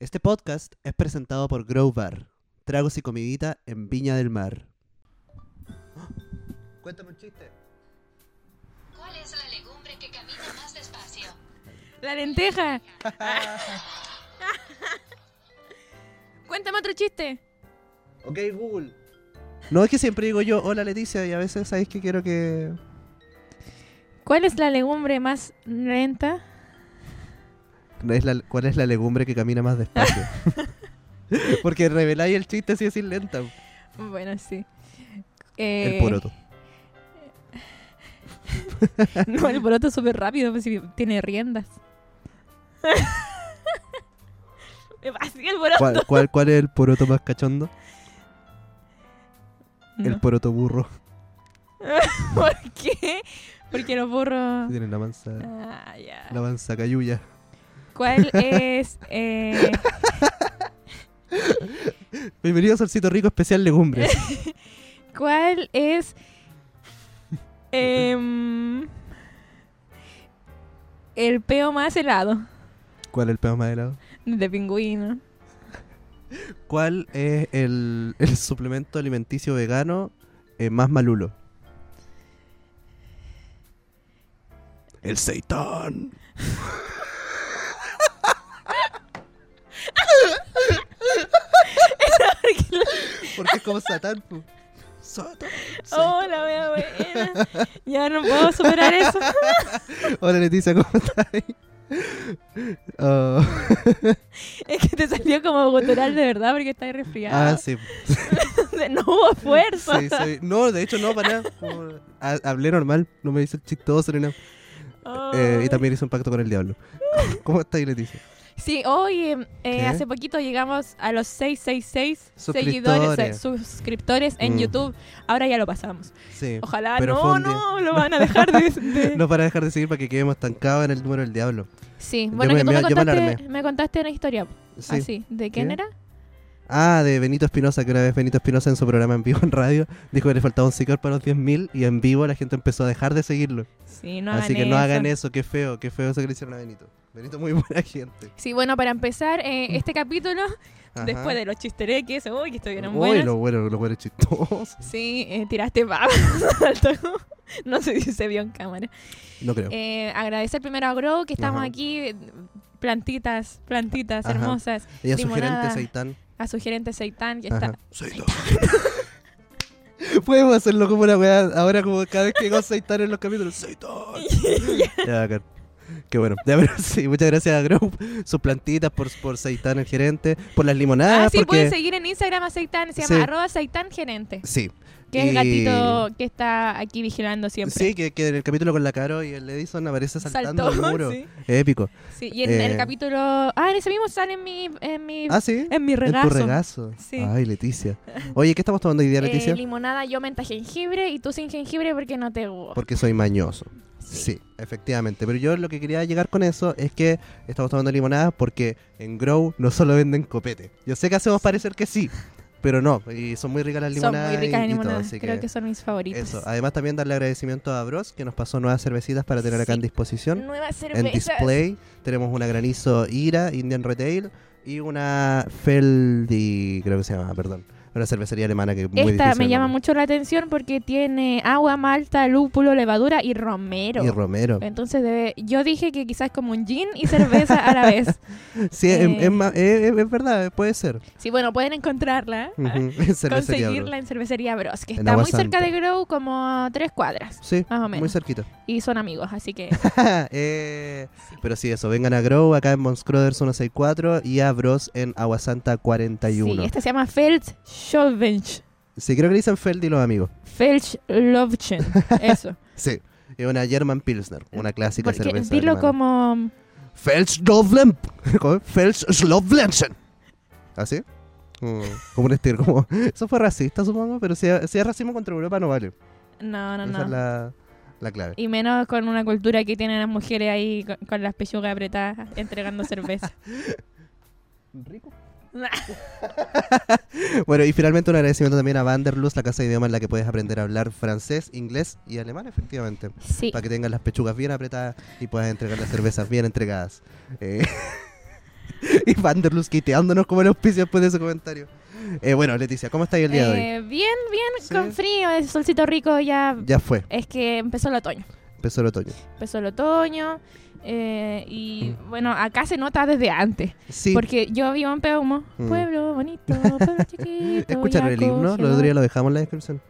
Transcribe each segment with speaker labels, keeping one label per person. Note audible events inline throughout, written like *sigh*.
Speaker 1: Este podcast es presentado por Grow Bar, tragos y comidita en Viña del Mar. Cuéntame un chiste.
Speaker 2: ¿Cuál es la legumbre que camina más despacio?
Speaker 3: La lenteja. *laughs* Cuéntame otro chiste.
Speaker 1: Ok, Google. No es que siempre digo yo, hola Leticia, y a veces sabéis que quiero que.
Speaker 3: ¿Cuál es la legumbre más lenta?
Speaker 1: No es la- ¿Cuál es la legumbre que camina más despacio? *laughs* Porque reveláis el chiste si es lenta.
Speaker 3: Bueno, sí.
Speaker 1: El
Speaker 3: Eh,
Speaker 1: poroto.
Speaker 3: *laughs* No, el poroto es súper rápido, pues, si tiene *laughs* riendas. Me vacía el poroto.
Speaker 1: ¿Cuál, cuál, cuál es el poroto más cachondo? El
Speaker 3: No.
Speaker 1: poroto burro.
Speaker 3: *laughs* ¿Por qué? Porque los burros...
Speaker 1: Tiene la mansa,
Speaker 3: Ah, ya.
Speaker 1: la mansa cayuya. *laughs*
Speaker 3: ¿Cuál es...? eh,
Speaker 1: Bienvenido a Solcito Rico Especial
Speaker 3: *laughs*
Speaker 1: Legumbres.
Speaker 3: ¿Cuál
Speaker 1: *laughs*
Speaker 3: es...? em, el peo más helado
Speaker 1: ¿Cuál es el peo más helado?
Speaker 3: de pingüino.
Speaker 1: ¿Cuál es el, *laughs* el suplemento alimenticio vegano eh, más malulo? El seitán. Porque es como Satán. pu. Satán.
Speaker 3: Oh, la wea buena. Ya no puedo
Speaker 1: *laughs*
Speaker 3: superar eso.
Speaker 1: seitán. Hola Leticia, ¿cómo estás? Oh,
Speaker 3: Es que te salió como gutural de verdad porque estás resfriado.
Speaker 1: ah, sí.
Speaker 3: *laughs* no hubo esfuerzo.
Speaker 1: Sí, soy- No, de hecho no, para nada. Como- ha- hablé normal, no me hice el chistoso ni nada. Eh,
Speaker 3: Ay.
Speaker 1: y también hice un pacto con el diablo. *laughs* ¿Cómo estás, Leticia?
Speaker 3: Sí, hoy eh, eh,
Speaker 1: ¿Qué?
Speaker 3: hace poquito llegamos a los 666 seguidores, eh,
Speaker 1: Suscriptores.
Speaker 3: suscriptores en
Speaker 1: Mm.
Speaker 3: YouTube. Ahora ya lo pasamos.
Speaker 1: Sí.
Speaker 3: Ojalá
Speaker 1: Pero fue
Speaker 3: no,
Speaker 1: un día.
Speaker 3: no, lo van a dejar de...
Speaker 1: *laughs*
Speaker 3: de-
Speaker 1: No para dejar de seguir para que quedemos estancados en el número del diablo.
Speaker 3: Sí,
Speaker 1: Yo
Speaker 3: bueno,
Speaker 1: me-
Speaker 3: que tú
Speaker 1: me-
Speaker 3: me,
Speaker 1: yo me
Speaker 3: contaste,
Speaker 1: alarmé.
Speaker 3: me contaste una historia
Speaker 1: Sí.
Speaker 3: así. ¿De quién
Speaker 1: ¿Qué?
Speaker 3: era?
Speaker 1: Ah, de Benito Espinosa, que una vez Benito Espinosa en su programa en vivo en radio dijo que le faltaba un secor para los 10.000 y en vivo la gente empezó a dejar de seguirlo.
Speaker 3: Sí, no
Speaker 1: Así que no hagan e- eso, qué feo, qué feo eso que le hicieron a Benito. Benito es muy *laughs* buena gente.
Speaker 3: Sí, bueno, para empezar eh, este capítulo,
Speaker 1: Mm. Ajá.
Speaker 3: después de los chistereques, uy, que estuvieron
Speaker 1: Uy,
Speaker 3: buenos.
Speaker 1: lo bueno, lo bueno es chistoso.
Speaker 3: Sí, eh, tiraste *laughs* papas al tajo. No sé si se vio en cámara.
Speaker 1: No creo.
Speaker 3: Eh, agradecer primero a Grow, que estamos
Speaker 1: Ajá.
Speaker 3: aquí, eh, plantitas, plantitas
Speaker 1: Ajá.
Speaker 3: hermosas.
Speaker 1: Ella es su
Speaker 3: limonada.
Speaker 1: gerente, Seitán.
Speaker 3: A su gerente Seitan, que
Speaker 1: Ajá.
Speaker 3: está.
Speaker 1: Seitán. *laughs* Podemos hacerlo como una weá ahora, como cada vez que digo Seitán en los capítulos. *laughs* Seitán. Ya, bacán. Qué bueno. Ya, pero sí, muchas gracias a Group, sus plantitas, por, por Seitan el gerente, por las limonadas.
Speaker 3: ah, sí,
Speaker 1: porque...
Speaker 3: pueden seguir en Instagram a Seitan, se
Speaker 1: Sí.
Speaker 3: llama arroba Seitan gerente,
Speaker 1: Sí.
Speaker 3: que es el
Speaker 1: Y-
Speaker 3: gatito que está aquí vigilando siempre.
Speaker 1: Sí, que, que en el capítulo con la Caro y el Edison aparece saltando el
Speaker 3: Saltó, *laughs*
Speaker 1: muro.
Speaker 3: sí.
Speaker 1: Épico.
Speaker 3: Sí, y en
Speaker 1: Eh.
Speaker 3: el capítulo. Ah, en ese mismo sale en mi, en mi,
Speaker 1: Ah, sí.
Speaker 3: en mi
Speaker 1: En
Speaker 3: regazo.
Speaker 1: tu regazo.
Speaker 3: Sí.
Speaker 1: Ay, Leticia. Oye, ¿qué estamos tomando hoy día,
Speaker 3: Eh,
Speaker 1: Leticia?
Speaker 3: limonada, yo menta jengibre y tú sin jengibre porque no te gusta.
Speaker 1: Porque soy mañoso. Sí, efectivamente. Pero yo lo que quería llegar con eso es que estamos tomando limonadas porque en Grow no solo venden copete. Yo sé que hacemos parecer que sí, pero no. Y son muy ricas las
Speaker 3: Son
Speaker 1: limonadas.
Speaker 3: muy ricas
Speaker 1: y-
Speaker 3: en
Speaker 1: y todo,
Speaker 3: limonadas,
Speaker 1: así
Speaker 3: creo que son mis favoritas.
Speaker 1: Eso. Además también darle agradecimiento a Bros que nos pasó nuevas cervecitas para tener acá en
Speaker 3: Sí. Mm, pues,
Speaker 1: disposición.
Speaker 3: Nuevas
Speaker 1: En
Speaker 3: cervezas.
Speaker 1: display tenemos una granizo Ira, Indian Retail y una Feldi, creo que se llama, perdón. Una cervecería alemana que es muy
Speaker 3: Esta
Speaker 1: difícil
Speaker 3: me
Speaker 1: el
Speaker 3: llama
Speaker 1: nombre.
Speaker 3: mucho la atención porque tiene agua, malta, lúpulo, levadura y romero.
Speaker 1: Y Romero.
Speaker 3: Entonces debe- yo dije que quizás como un gin y cerveza a la
Speaker 1: *laughs*
Speaker 3: vez.
Speaker 1: Sí, es-
Speaker 3: eh.
Speaker 1: es ma- es- es- es verdad, puede ser.
Speaker 3: Sí, bueno, pueden encontrarla.
Speaker 1: Ujú, *laughs* en cervecería, bro.
Speaker 3: Conseguirla en Cervecería Bros, que
Speaker 1: En
Speaker 3: está
Speaker 1: Agua
Speaker 3: muy cerca
Speaker 1: Santa.
Speaker 3: de Grow, como a tres cuadras.
Speaker 1: Sí,
Speaker 3: Más o
Speaker 1: muy
Speaker 3: menos. *laughs*
Speaker 1: cerquita. *laughs*
Speaker 3: Y son amigos, así que
Speaker 1: Eh, Pero sí, eso, vengan a Grow acá en Mons Crothers 164 y a Bros en Aguasanta
Speaker 3: sí,
Speaker 1: 41. Sí,
Speaker 3: esta se llama Feld Schovench.
Speaker 1: creo que le dicen Feld y los amigos.
Speaker 3: Felch
Speaker 1: *laughs*
Speaker 3: Lovchen. Eso.
Speaker 1: Sí, es una German Pilsner, una clásica
Speaker 3: Porque
Speaker 1: cerveza.
Speaker 3: dilo
Speaker 1: alemana.
Speaker 3: como
Speaker 1: Felsdovlen. *laughs* ¿Cómo? Felsdovlensen. ¿Así? Mm, como un estilo, como... *laughs* Eso fue racista, supongo, pero si, si es racismo contra Europa no vale.
Speaker 3: no, no,
Speaker 1: Esa
Speaker 3: no.
Speaker 1: es la, la clave.
Speaker 3: Y menos con una cultura que tienen las mujeres ahí con, con las pechugas apretadas entregando
Speaker 1: *laughs*
Speaker 3: cerveza.
Speaker 1: Bueno, y finalmente un agradecimiento también a Vanderlust, la casa de idiomas en la que puedes aprender a hablar francés, inglés y alemán, efectivamente.
Speaker 3: Sí.
Speaker 1: Para que tengas las pechugas bien apretadas y puedas entregar las cervezas bien entregadas. Eh, *laughs* y Vanderlust quiteándonos como el auspicio después de ese comentario. Eh, bueno, Leticia, ¿cómo estáis el día de hoy?
Speaker 3: Eh, bien, bien,
Speaker 1: Sí.
Speaker 3: con frío, el solcito rico ya...
Speaker 1: Ya fue,
Speaker 3: Es que empezó el otoño.
Speaker 1: empezó el otoño.
Speaker 3: Empezó el otoño eh, y bueno, acá se nota desde antes.
Speaker 1: Mm. Sí,
Speaker 3: Porque yo vivo en Peumo,
Speaker 1: Mm.
Speaker 3: pueblo bonito,
Speaker 1: *laughs*
Speaker 3: pueblo chiquito.
Speaker 1: escucharon
Speaker 3: y
Speaker 1: el himno, lo otro día
Speaker 3: acogedor.
Speaker 1: lo dejamos en la descripción.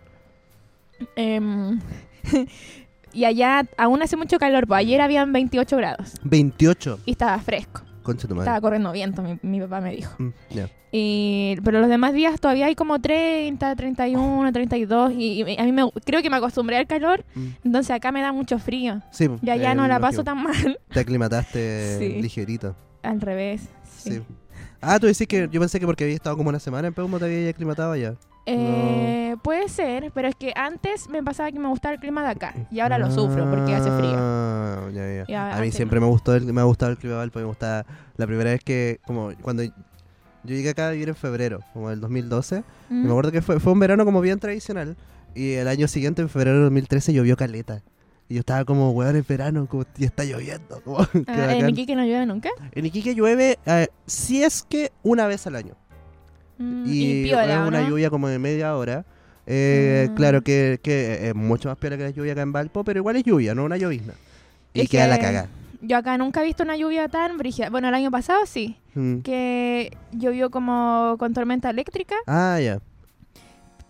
Speaker 3: Em, *laughs* y allá aún hace mucho calor, pues ayer habían 28 grados
Speaker 1: 28,
Speaker 3: y estaba fresco.
Speaker 1: concha tu
Speaker 3: Estaba
Speaker 1: madre.
Speaker 3: corriendo viento, mi, mi papá me dijo.
Speaker 1: Mm, ya.
Speaker 3: Y, pero los demás días todavía hay como 30, 31, 32 y, y a mí me, creo que me acostumbré al calor,
Speaker 1: Mm.
Speaker 3: entonces acá me da mucho frío.
Speaker 1: Sí,
Speaker 3: Y allá
Speaker 1: eh,
Speaker 3: no
Speaker 1: me
Speaker 3: la paso
Speaker 1: imagino.
Speaker 3: tan mal. *laughs*
Speaker 1: Te aclimataste
Speaker 3: Sí.
Speaker 1: ligerito.
Speaker 3: Al revés.
Speaker 1: Sí.
Speaker 3: sí.
Speaker 1: Ah, tú decís que yo pensé que porque había estado como una semana en Peumo te había aclimatado ya.
Speaker 3: Eh, Puede ser, pero es que antes me pasaba que me gustaba el clima de acá y ahora lo sufro porque hace frío.
Speaker 1: Ah, ya, ya.
Speaker 3: Ya,
Speaker 1: A mí
Speaker 3: antes
Speaker 1: siempre me gustó el, me ha gustado el clima de Valpo, me gustaba la primera vez que como cuando yo llegué acá a vivir en febrero, como el 2012, y me
Speaker 3: Mm.
Speaker 1: acuerdo que fue fue un verano como bien tradicional y el año siguiente en febrero de 2013 llovió caleta. Y yo estaba como, weón, es verano, como, y está lloviendo. como, *laughs* qué
Speaker 3: Ah,
Speaker 1: bacán.
Speaker 3: en Iquique no llueve nunca.
Speaker 1: En Iquique llueve, eh, si es que una vez al año.
Speaker 3: Mm,
Speaker 1: y
Speaker 3: y piola,
Speaker 1: es
Speaker 3: ¿o
Speaker 1: una
Speaker 3: no?
Speaker 1: lluvia como de media hora. Eh,
Speaker 3: Mm.
Speaker 1: Claro que, que es mucho más peor que la lluvia acá en Valpo, pero igual es lluvia, no una llovizna. Y
Speaker 3: Es
Speaker 1: queda la
Speaker 3: que-
Speaker 1: caga.
Speaker 3: Yo acá nunca he visto una lluvia tan brígida. Bueno, el año pasado sí,
Speaker 1: Mm.
Speaker 3: que llovió como con tormenta eléctrica,
Speaker 1: Ah, ya.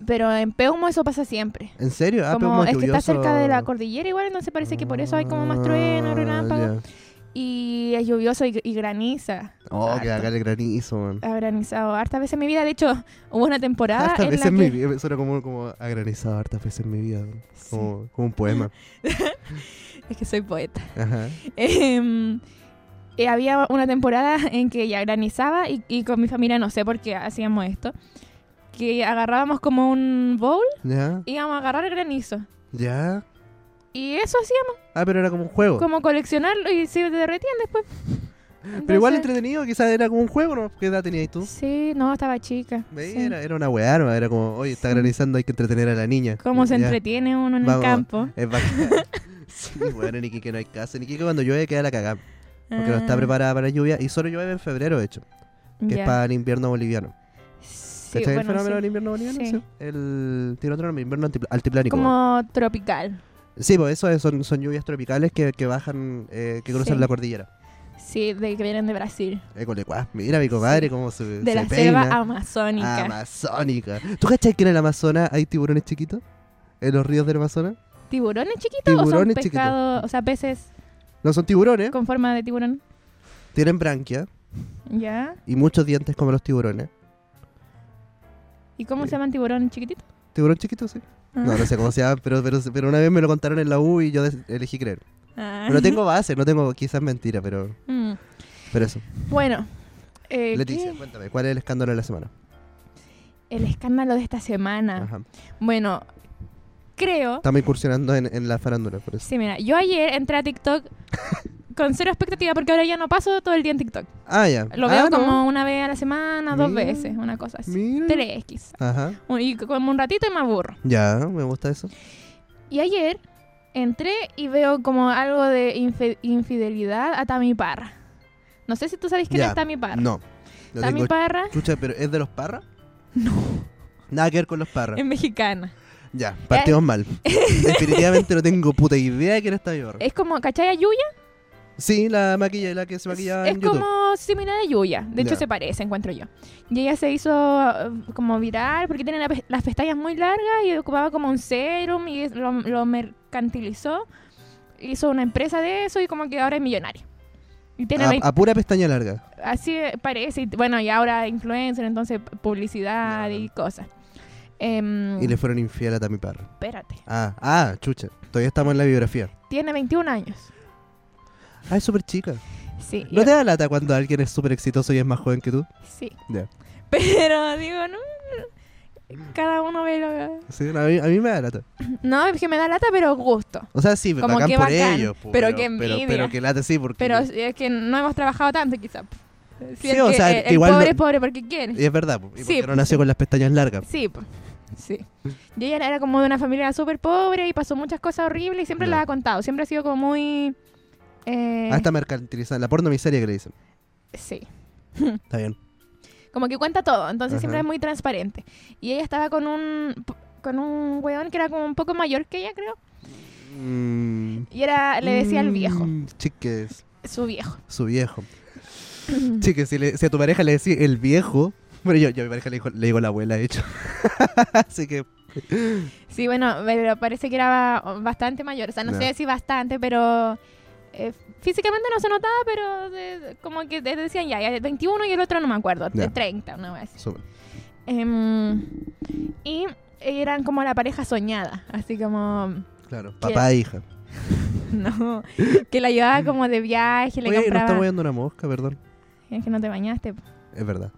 Speaker 3: pero en Peumo eso pasa siempre.
Speaker 1: ¿En serio? Ah, pero
Speaker 3: como
Speaker 1: más
Speaker 3: es que está
Speaker 1: lluvioso.
Speaker 3: cerca de la cordillera igual, entonces parece que por eso hay como más
Speaker 1: Ah,
Speaker 3: trueno, relámpago.
Speaker 1: ya.
Speaker 3: Y es lluvioso y, y graniza.
Speaker 1: Oh, que
Speaker 3: Harto.
Speaker 1: acá el granizo, man.
Speaker 3: Ha granizado hartas veces en mi vida. De hecho, hubo una temporada
Speaker 1: Hartas
Speaker 3: Ah, en
Speaker 1: veces
Speaker 3: la
Speaker 1: Ah, en
Speaker 3: que...
Speaker 1: mi vida. Suena como, como ha granizado hartas veces en mi vida. man.
Speaker 3: Sí,
Speaker 1: Como, como un poema.
Speaker 3: es que soy poeta.
Speaker 1: Ajá.
Speaker 3: Em, eh, había una temporada en que ya granizaba y, y con mi familia no sé por qué hacíamos esto. Que agarrábamos como un bowl
Speaker 1: ¿Ya?
Speaker 3: y íbamos a agarrar granizo.
Speaker 1: ¿Ya?
Speaker 3: Y eso hacíamos,
Speaker 1: Ah, pero era como un juego.
Speaker 3: como coleccionarlo y se derretían después.
Speaker 1: Pero igual
Speaker 3: Entonces-
Speaker 1: entretenido, quizás era como un juego, ¿no? ¿Qué edad tenías tú?
Speaker 3: Sí, no, estaba chica.
Speaker 1: Veí,
Speaker 3: sí.
Speaker 1: Era, era una weá, ¿no? era como, oye, está
Speaker 3: Sí.
Speaker 1: granizando, hay que entretener a la niña.
Speaker 3: Cómo se
Speaker 1: Ya.
Speaker 3: entretiene uno en
Speaker 1: Vamos.
Speaker 3: el campo.
Speaker 1: Es bacán. *laughs* sí, bueno, en Iquique no hay caso. En Iquique cuando llueve queda la cagada, porque no está
Speaker 3: Ah,
Speaker 1: preparada para la lluvia y solo llueve en febrero, de hecho, que
Speaker 3: ya.
Speaker 1: es para el invierno boliviano.
Speaker 3: Sí,
Speaker 1: ¿Cachai el
Speaker 3: bueno,
Speaker 1: fenómeno
Speaker 3: sí.
Speaker 1: del invierno boliviano?
Speaker 3: Sí.
Speaker 1: Sí. El, tiene otro nombre, invierno altipl- altiplánico.
Speaker 3: Como tropical.
Speaker 1: Sí, pues eso es- son, son lluvias tropicales que, que bajan, eh, que cruzan
Speaker 3: Sí.
Speaker 1: la cordillera.
Speaker 3: Sí, de que vienen de Brasil.
Speaker 1: École, guau, mira mi comadre
Speaker 3: Sí.
Speaker 1: cómo se,
Speaker 3: De
Speaker 1: se
Speaker 3: la
Speaker 1: peina. Ah,
Speaker 3: selva amazónica.
Speaker 1: Amazónica. ¿Tú cachai que en el Amazonas hay tiburones chiquitos? ¿En los ríos del Amazonas?
Speaker 3: ¿Tiburones chiquitos o son
Speaker 1: Tiburones chiquitos.
Speaker 3: pescados, o sea, peces
Speaker 1: No son tiburones,
Speaker 3: con forma de tiburón?
Speaker 1: tienen branquia
Speaker 3: ¿Ya?
Speaker 1: y muchos dientes como los tiburones.
Speaker 3: ¿Y cómo
Speaker 1: Sí.
Speaker 3: se llaman tiburón chiquitito?
Speaker 1: ¿Tiburón chiquito? Sí. No, no sé cómo se llama, pero, pero, pero una vez me lo contaron en la U y yo des- elegí creer.
Speaker 3: Ah.
Speaker 1: Pero tengo base, no tengo quizás mentira, pero,
Speaker 3: Mm.
Speaker 1: pero eso.
Speaker 3: Bueno, eh,
Speaker 1: Leticia,
Speaker 3: ¿qué?
Speaker 1: cuéntame, ¿cuál es el escándalo de la semana?
Speaker 3: el escándalo de esta semana.
Speaker 1: Ajá.
Speaker 3: Bueno, creo.
Speaker 1: Estamos incursionando en, en la farándula, por eso.
Speaker 3: Sí, mira, yo ayer entré
Speaker 1: *laughs*
Speaker 3: a TikTok con cero expectativa porque ahora ya no paso todo el día en TikTok.
Speaker 1: Ah, ya.
Speaker 3: Lo
Speaker 1: Ah,
Speaker 3: veo
Speaker 1: no.
Speaker 3: como una vez a la semana, dos
Speaker 1: Mira.
Speaker 3: veces, una cosa así.
Speaker 1: Mira.
Speaker 3: 3X.
Speaker 1: Ajá.
Speaker 3: Y como un ratito y me aburro.
Speaker 1: Ya, me gusta eso.
Speaker 3: Y ayer entré y veo como algo de infe- infidelidad a Tami Parra. No sé si tú sabes quién
Speaker 1: Ya.
Speaker 3: es Tami Parra.
Speaker 1: No. Lo
Speaker 3: Tami
Speaker 1: tengo
Speaker 3: Parra
Speaker 1: chucha, pero ¿es de los parras? No. Nada que ver con los parras.
Speaker 3: es mexicana.
Speaker 1: Ya, partimos
Speaker 3: Eh. *laughs*
Speaker 1: mal. Definitivamente no tengo puta idea de quién está York.
Speaker 3: Es como, ¿cachai a Yuya?
Speaker 1: Sí, la maquilla, la que se
Speaker 3: Es,
Speaker 1: maquillaba Ah, en
Speaker 3: es
Speaker 1: YouTube.
Speaker 3: como similar a Yuya. De hecho,
Speaker 1: Ya.
Speaker 3: se parece, encuentro yo. Y ella se hizo eh, como viral porque tiene la pe- las pestañas muy largas y ocupaba como un serum y es- lo, lo mercantilizó. Hizo una empresa de eso y como que ahora es millonario. Y tiene
Speaker 1: A-
Speaker 3: 20
Speaker 1: a, pura pestaña larga.
Speaker 3: Así parece. y Bueno, y ahora influencer, entonces publicidad y cosas. Em,
Speaker 1: Y le fueron infiel a Tami Parra.
Speaker 3: Espérate.
Speaker 1: Ah, ah, chucha. Todavía estamos en la biografía.
Speaker 3: Tiene 21 años.
Speaker 1: Ah, es súper chica.
Speaker 3: Sí.
Speaker 1: ¿No
Speaker 3: yo-
Speaker 1: te da lata cuando alguien es súper exitoso y es más joven que tú?
Speaker 3: Sí.
Speaker 1: Ya.
Speaker 3: Pero digo, no. no, Cada uno ve lo...
Speaker 1: Sí, no, a, mí, a mí me da lata.
Speaker 3: No, es que me da lata, pero gusto.
Speaker 1: O sea, sí,
Speaker 3: Como
Speaker 1: bacán
Speaker 3: que
Speaker 1: por
Speaker 3: bacán,
Speaker 1: ellos. po,
Speaker 3: pero qué
Speaker 1: pero,
Speaker 3: envidia.
Speaker 1: pero que lata, sí, porque...
Speaker 3: Pero es que no hemos trabajado tanto, quizás.
Speaker 1: Sí, o sea,
Speaker 3: el,
Speaker 1: que
Speaker 3: el
Speaker 1: igual
Speaker 3: pobre
Speaker 1: no-
Speaker 3: es pobre porque quiere.
Speaker 1: Y es verdad, po, y
Speaker 3: Sí,
Speaker 1: porque
Speaker 3: po,
Speaker 1: no nació con las pestañas largas.
Speaker 3: Sí, po. sí. Y ella era como de una familia súper pobre y pasó muchas cosas horribles y siempre
Speaker 1: Ya.
Speaker 3: las ha contado. Siempre ha sido como muy... eh,
Speaker 1: Ah, Hasta mercantilizada, la porno miseria que le dicen.
Speaker 3: Sí.
Speaker 1: Está bien.
Speaker 3: Como que cuenta todo, entonces
Speaker 1: Ajá.
Speaker 3: siempre es muy transparente. Y ella estaba con un con un weón que era como un poco mayor que ella, creo.
Speaker 1: Mm,
Speaker 3: Y era le decía al viejo,
Speaker 1: mm, Chiques,
Speaker 3: su viejo. *clears throat*
Speaker 1: su viejo. Chiques, si, le- si a tu pareja le decís el viejo. Bueno, yo, yo a mi pareja le, digo- le digo la abuela, de hecho. *laughs* Así que.
Speaker 3: Sí, bueno, pero parece que era bastante mayor. O sea, no
Speaker 1: Ya.
Speaker 3: sé si bastante, pero eh, físicamente no se notaba, pero de- como que de- decían ya, ya 21 y el otro no me acuerdo, de
Speaker 1: Ya.
Speaker 3: 30, una vez así.
Speaker 1: su-
Speaker 3: Em, y eran como la pareja soñada, así como, *laughs*
Speaker 1: Claro, papá e hija.
Speaker 3: no, que la llevaba como de viaje, le
Speaker 1: Oye, no está
Speaker 3: compraba...
Speaker 1: moviendo una mosca, perdón.
Speaker 3: Es que no te bañaste.
Speaker 1: Es verdad.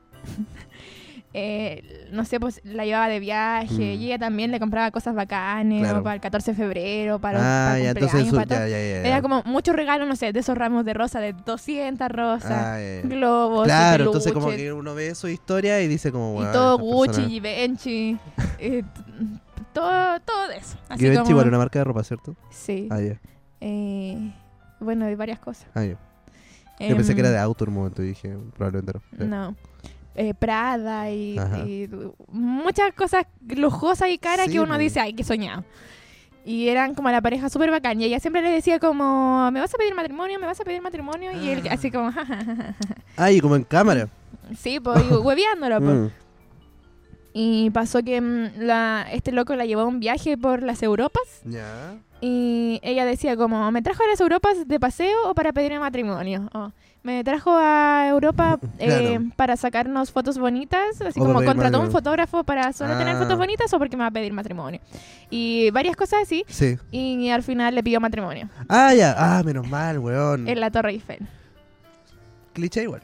Speaker 3: Eh, no sé, pues la llevaba de viaje
Speaker 1: Mm.
Speaker 3: y ella también le compraba cosas bacanes
Speaker 1: Claro.
Speaker 3: o para el 14 de febrero, para,
Speaker 1: ah,
Speaker 3: para
Speaker 1: ya,
Speaker 3: cumpleaños,
Speaker 1: entonces. su-
Speaker 3: para todo.
Speaker 1: ya, ya, ya, ya.
Speaker 3: Era como muchos regalos, no sé, de esos ramos de rosa, de 200 rosas,
Speaker 1: Ah, ya, ya.
Speaker 3: globos,
Speaker 1: Claro, entonces como
Speaker 3: peluches,
Speaker 1: que uno ve su historia y dice como...
Speaker 3: y
Speaker 1: "Guau,
Speaker 3: todo
Speaker 1: esta
Speaker 3: Gucci,
Speaker 1: persona-".
Speaker 3: Givenchy, eh, t- todo, todo de eso. Así
Speaker 1: Givenchy,
Speaker 3: como-
Speaker 1: igual una marca de ropa, ¿cierto?
Speaker 3: Sí.
Speaker 1: Ah, ya.
Speaker 3: eh, bueno, de varias cosas.
Speaker 1: Ah, ya. Yo pensé que era
Speaker 3: Em,
Speaker 1: de auto en un momento y dije, probablemente no. Ya.
Speaker 3: No. Eh, Prada y,
Speaker 1: Ajá.
Speaker 3: y muchas cosas lujosas y
Speaker 1: Sí,
Speaker 3: caras
Speaker 1: pues.
Speaker 3: que uno
Speaker 1: po.
Speaker 3: dice, ay, qué soñado. Y eran como la pareja súper bacán. Y ella siempre le decía como, me vas a pedir matrimonio, me vas a pedir matrimonio. Y
Speaker 1: Ah.
Speaker 3: él así como, "Ja, ja, ja, ja, ja".
Speaker 1: Ay, Ah, como en cámara.
Speaker 3: sí, po,
Speaker 1: *laughs*
Speaker 3: y hueveándolo. po.
Speaker 1: Mm.
Speaker 3: Y pasó que mm, la, este loco la llevó a un viaje por las Europas.
Speaker 1: Ya.
Speaker 3: Y ella decía como, ¿me trajo a las Europas de paseo o para pedirme matrimonio? O, me trajo a
Speaker 1: *laughs*
Speaker 3: Europa eh,
Speaker 1: Claro.
Speaker 3: para sacarnos fotos bonitas, así
Speaker 1: O para
Speaker 3: como
Speaker 1: pedir
Speaker 3: contrató un
Speaker 1: matrimonio.
Speaker 3: fotógrafo para solo tener
Speaker 1: Ah.
Speaker 3: fotos bonitas o porque me va a pedir matrimonio. Y varias cosas así.
Speaker 1: Sí.
Speaker 3: Y al final le pidió matrimonio
Speaker 1: Ah, ya. Ah, menos mal, weón.
Speaker 3: en la Torre Eiffel.
Speaker 1: Cliché igual.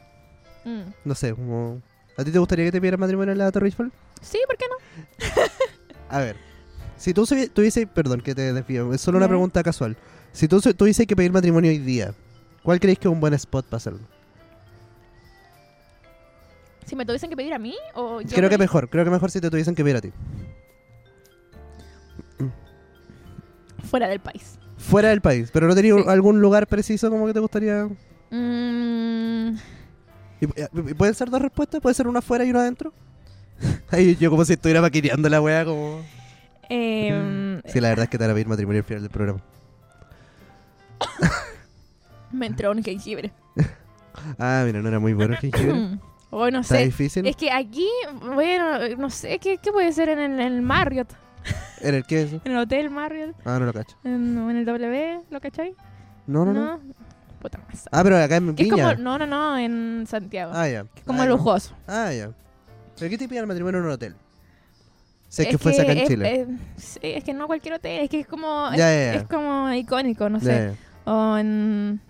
Speaker 3: Mm.
Speaker 1: No sé, como... ¿A ti te gustaría que te pidieran matrimonio en la Torre Eiffel?
Speaker 3: Sí, ¿por qué no?
Speaker 1: A ver. Si tú subi- tuviese... Perdón, que te desvío. Es solo una
Speaker 3: Ya.
Speaker 1: pregunta casual. Si tú su- tuviese que pedir matrimonio hoy día, ¿cuál crees que es un buen spot para hacerlo?
Speaker 3: Si me tuviesen que pedir a mí o Pues yo
Speaker 1: creo que
Speaker 3: pedir-
Speaker 1: mejor. Creo que mejor si te tuviesen que pedir a ti.
Speaker 3: fuera del país.
Speaker 1: Fuera del país, pero no tenía
Speaker 3: Sí.
Speaker 1: algún lugar preciso como que te gustaría.
Speaker 3: Mm,
Speaker 1: ¿Y, y- y pueden ser dos respuestas? ¿Puede ser una fuera y una adentro? *laughs* Ay, yo como si estuviera maquineando la wea como.
Speaker 3: em,
Speaker 1: *laughs* Sí, la verdad es que te van a pedir matrimonio al final del programa.
Speaker 3: Me entró un
Speaker 1: *laughs*
Speaker 3: jengibre. *coughs*
Speaker 1: Ah, mira, no era muy bueno el
Speaker 3: *laughs*
Speaker 1: jengibre.
Speaker 3: o no
Speaker 1: Está
Speaker 3: sé.
Speaker 1: difícil.
Speaker 3: Es que aquí, bueno, no sé, ¿qué, qué puede ser en el, en el Marriott?
Speaker 1: ¿En el qué eso?
Speaker 3: En el Hotel Marriott,
Speaker 1: Ah, no lo cacho.
Speaker 3: en, en el W, ¿lo cachai?
Speaker 1: No, no, no.
Speaker 3: Puta masa.
Speaker 1: Ah, pero acá en
Speaker 3: Que es como,
Speaker 1: Viña.
Speaker 3: no, no, no, en Santiago.
Speaker 1: Ah, ya.
Speaker 3: Es como
Speaker 1: Ah, ya.
Speaker 3: lujoso.
Speaker 1: Ah, ya. ¿Pero qué te piden matrimonio en un hotel? Si es, que
Speaker 3: Es
Speaker 1: fuese acá en
Speaker 3: es-
Speaker 1: Chile.
Speaker 3: es- sí, es que no cualquier hotel, es que es como,
Speaker 1: Ya,
Speaker 3: es,
Speaker 1: ya, ya.
Speaker 3: es como icónico, no
Speaker 1: Ya,
Speaker 3: sé.
Speaker 1: ya.
Speaker 3: O en,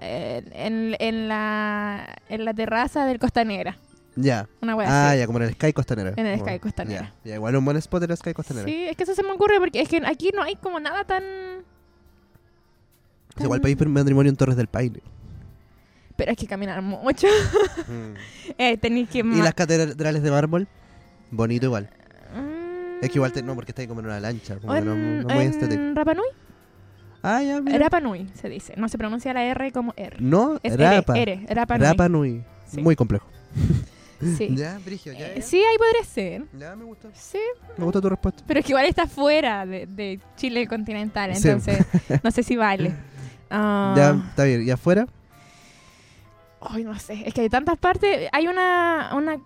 Speaker 3: en, en- en la, en la terraza del Costanera,
Speaker 1: Ya.
Speaker 3: una wea
Speaker 1: Ah,
Speaker 3: así.
Speaker 1: ya, como en el Sky Costanera.
Speaker 3: En el
Speaker 1: Como-
Speaker 3: Sky Costanera.
Speaker 1: Ya, ya, igual un buen spot era Sky Costanera.
Speaker 3: Sí, es que eso se me ocurre porque es que aquí no hay como nada tan...
Speaker 1: Es Pues igual pedís matrimonio en Torres del Paine.
Speaker 3: Pero es que caminar mucho. *laughs* eh, tenéis que...
Speaker 1: y
Speaker 3: ma-
Speaker 1: las catedrales de mármol, bonito igual.
Speaker 3: Mm.
Speaker 1: Es que igual te- no, porque está ahí como en una lancha. Como
Speaker 3: O
Speaker 1: que
Speaker 3: Mm, en,
Speaker 1: no, no este muy estético.
Speaker 3: en Rapa Nui.
Speaker 1: Ah, ya, mira.
Speaker 3: Rapa Nui se dice. No se pronuncia la R como R.
Speaker 1: No,
Speaker 3: Es
Speaker 1: Rapa.
Speaker 3: R, R, Rapa Nui.
Speaker 1: Rapa Nui.
Speaker 3: Sí.
Speaker 1: Muy complejo. *laughs*
Speaker 3: Sí.
Speaker 1: Ya, Brigio, ya.
Speaker 3: Eh,
Speaker 1: ya.
Speaker 3: sí, ahí podría ser.
Speaker 1: Ya, me gusta.
Speaker 3: Sí,
Speaker 1: Me gusta tu respuesta.
Speaker 3: pero es que igual está fuera de, de Chile continental,
Speaker 1: Sí. *laughs*
Speaker 3: entonces no sé si vale. Ah,
Speaker 1: Ya, está bien. ¿Y afuera?
Speaker 3: Ay, no sé, es que hay tantas partes. Hay una. una... *laughs*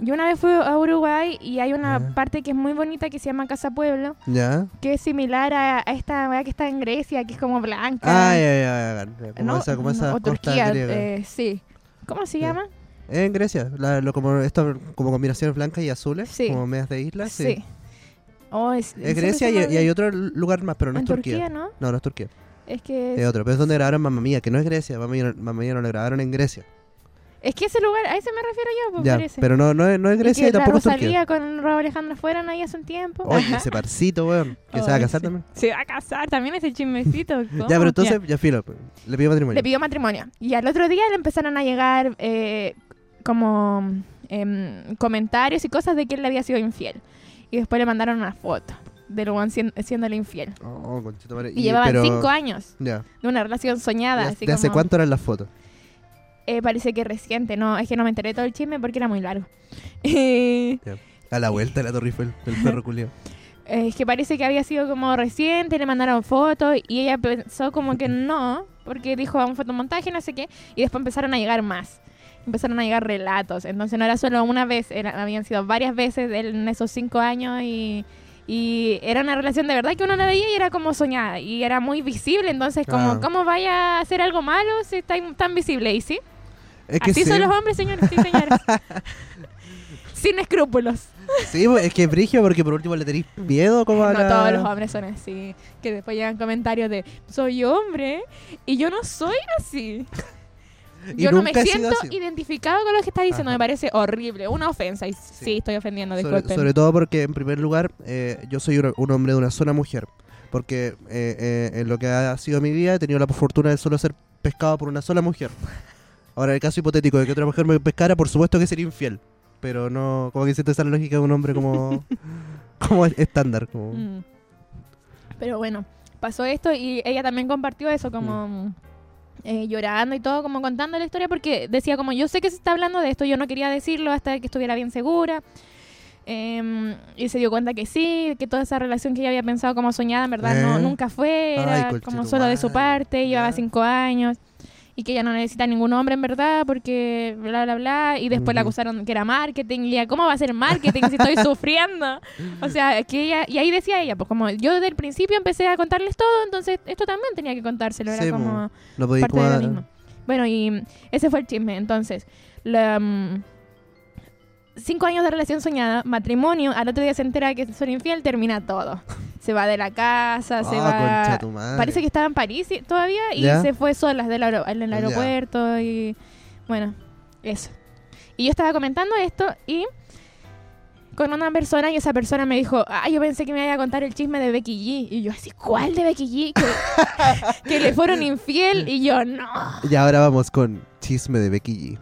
Speaker 3: Yo una vez fui a Uruguay y hay una
Speaker 1: Ya.
Speaker 3: parte que es muy bonita que se llama Casa Pueblo,
Speaker 1: Ya.
Speaker 3: que es similar a, a esta weá que está en Grecia, que es como blanca.
Speaker 1: Ah, ya, ya, ya, ya. Como
Speaker 3: No,
Speaker 1: esa, como
Speaker 3: no,
Speaker 1: esa
Speaker 3: o
Speaker 1: costa
Speaker 3: Turquía,
Speaker 1: griega.
Speaker 3: eh, sí. ¿Cómo se
Speaker 1: Ya.
Speaker 3: llama?
Speaker 1: En Grecia, la- lo, como, esto, como combinaciones blancas y azules,
Speaker 3: Sí.
Speaker 1: como medias de islas. Sí.
Speaker 3: Oh, es,
Speaker 1: Es Grecia y, y hay otro lugar más, pero no
Speaker 3: en
Speaker 1: es
Speaker 3: Turquía.
Speaker 1: Turquía. Eh,
Speaker 3: ¿no?
Speaker 1: No, no es Turquía.
Speaker 3: Es que,
Speaker 1: Es otro, pero es donde grabaron Mamma Mía, que no es Grecia. Mamma Mía, no- Mamma Mía no lo grabaron en Grecia.
Speaker 3: es que ese lugar, a ese me refiero yo, pues,
Speaker 1: Ya,
Speaker 3: parece.
Speaker 1: pero no, no, es, no es Grecia y,
Speaker 3: que la
Speaker 1: tampoco es Turquía.
Speaker 3: Rosalía con Rob Alejandro fueron ahí hace un tiempo.
Speaker 1: Oye,
Speaker 3: Ajá.
Speaker 1: ese parcito, weón, que se va a
Speaker 3: Ay,
Speaker 1: casar
Speaker 3: sí.
Speaker 1: también.
Speaker 3: Se va a casar también ese chismecito.
Speaker 1: *laughs*
Speaker 3: ¿cómo?
Speaker 1: Ya, pero entonces, ya filo, pues, le pido
Speaker 3: Ya,
Speaker 1: matrimonio.
Speaker 3: Le pidió matrimonio. Y al otro día le empezaron a llegar eh, como em, comentarios y cosas de que él le había sido infiel. Y después le mandaron una foto del Juan siéndole infiel.
Speaker 1: Oh, conchito, madre.
Speaker 3: Y, llevaban
Speaker 1: pero-
Speaker 3: cinco años
Speaker 1: Ya.
Speaker 3: de una relación soñada.
Speaker 1: ¿De,
Speaker 3: así
Speaker 1: de hace
Speaker 3: como-
Speaker 1: cuánto eran las fotos?
Speaker 3: eh, parece que reciente. No, es que no me enteré todo el chisme porque era muy largo. *laughs* Eh,
Speaker 1: A la vuelta de la Torre Eiffel,
Speaker 3: *laughs*
Speaker 1: el perro culiao.
Speaker 3: es que parece que había sido como reciente, le mandaron fotos y ella pensó como que no, porque dijo un fotomontaje, no sé qué, y después empezaron a llegar más. Empezaron a llegar relatos, entonces no era solo una vez, era- habían sido varias veces en esos cinco años y, y era una relación de verdad que uno la veía y era como soñada y era muy visible, entonces como,
Speaker 1: Claro.
Speaker 3: ¿cómo vaya a hacer algo malo si está tan visible? Y sí,
Speaker 1: Es que
Speaker 3: así
Speaker 1: sí,
Speaker 3: son los hombres, señores, sí, señores.
Speaker 1: *laughs*
Speaker 3: Sin escrúpulos.
Speaker 1: sí, pues, es que es brigio porque por último le tenéis miedo como a
Speaker 3: No
Speaker 1: la-
Speaker 3: todos los hombres son así. Que después llegan comentarios de soy hombre y yo no soy así.
Speaker 1: *laughs* Y
Speaker 3: yo no me
Speaker 1: nunca he sido
Speaker 3: siento
Speaker 1: así.
Speaker 3: identificado con lo que está diciendo.
Speaker 1: Ajá.
Speaker 3: Me parece horrible. Una ofensa. Y sí, estoy ofendiendo,
Speaker 1: Sobre,
Speaker 3: disculpen.
Speaker 1: sobre todo porque, en primer lugar, eh, yo soy un, un hombre de una sola mujer. Porque eh, eh, en lo que ha sido mi vida he tenido la fortuna de solo ser pescado por una sola mujer. Ahora, el caso hipotético de que otra mujer me pescara, por supuesto que sería infiel. Pero no, como que siento esa lógica de un hombre
Speaker 3: *laughs*
Speaker 1: como, como estándar. Como,
Speaker 3: Mm. Pero bueno, pasó esto y ella también compartió eso como...
Speaker 1: Mm.
Speaker 3: eh, llorando y todo, como contando la historia, porque decía como, yo sé que se está hablando de esto, yo no quería decirlo hasta que estuviera bien segura. Em, y se dio cuenta que sí, que toda esa relación que ella había pensado como soñada, en verdad, no,
Speaker 1: ¿Eh?
Speaker 3: nunca fue, era
Speaker 1: Ay,
Speaker 3: como solo de su
Speaker 1: conchetumare,
Speaker 3: parte, llevaba
Speaker 1: ya.
Speaker 3: cinco años, y que ella no necesita ningún hombre, en verdad, porque bla, bla, bla, y después la
Speaker 1: Ujú.
Speaker 3: acusaron que era marketing, y ella, ¿cómo va a ser marketing si
Speaker 1: *laughs*
Speaker 3: estoy sufriendo? O sea, que ella, y ahí decía ella, pues como yo desde el principio empecé a contarles todo, entonces esto también tenía que contárselo, era
Speaker 1: Sí, pues, eh.
Speaker 3: como
Speaker 1: po. no podía
Speaker 3: parte
Speaker 1: como
Speaker 3: de lo
Speaker 1: a-
Speaker 3: mismo. Bueno, y mm, ese fue el chisme. Entonces, la, mm, cinco años de relación soñada, matrimonio, al otro día se entera que son infiel, termina todo. Se va de la casa, se
Speaker 1: Ah,
Speaker 3: va...
Speaker 1: concha tu madre.
Speaker 3: Parece que estaba en París y- todavía y
Speaker 1: Ya.
Speaker 3: se fue sola del aero- en el
Speaker 1: Ya.
Speaker 3: aeropuerto y... Bueno, eso. Y yo estaba comentando esto y con una persona y esa persona me dijo, ah, yo pensé que me iba a contar el chisme de Becky G. Y yo así, ¿cuál de Becky G? Que,
Speaker 1: *laughs*
Speaker 3: que le fueron infiel y yo, no.
Speaker 1: Y ahora vamos con Chisme de Becky G.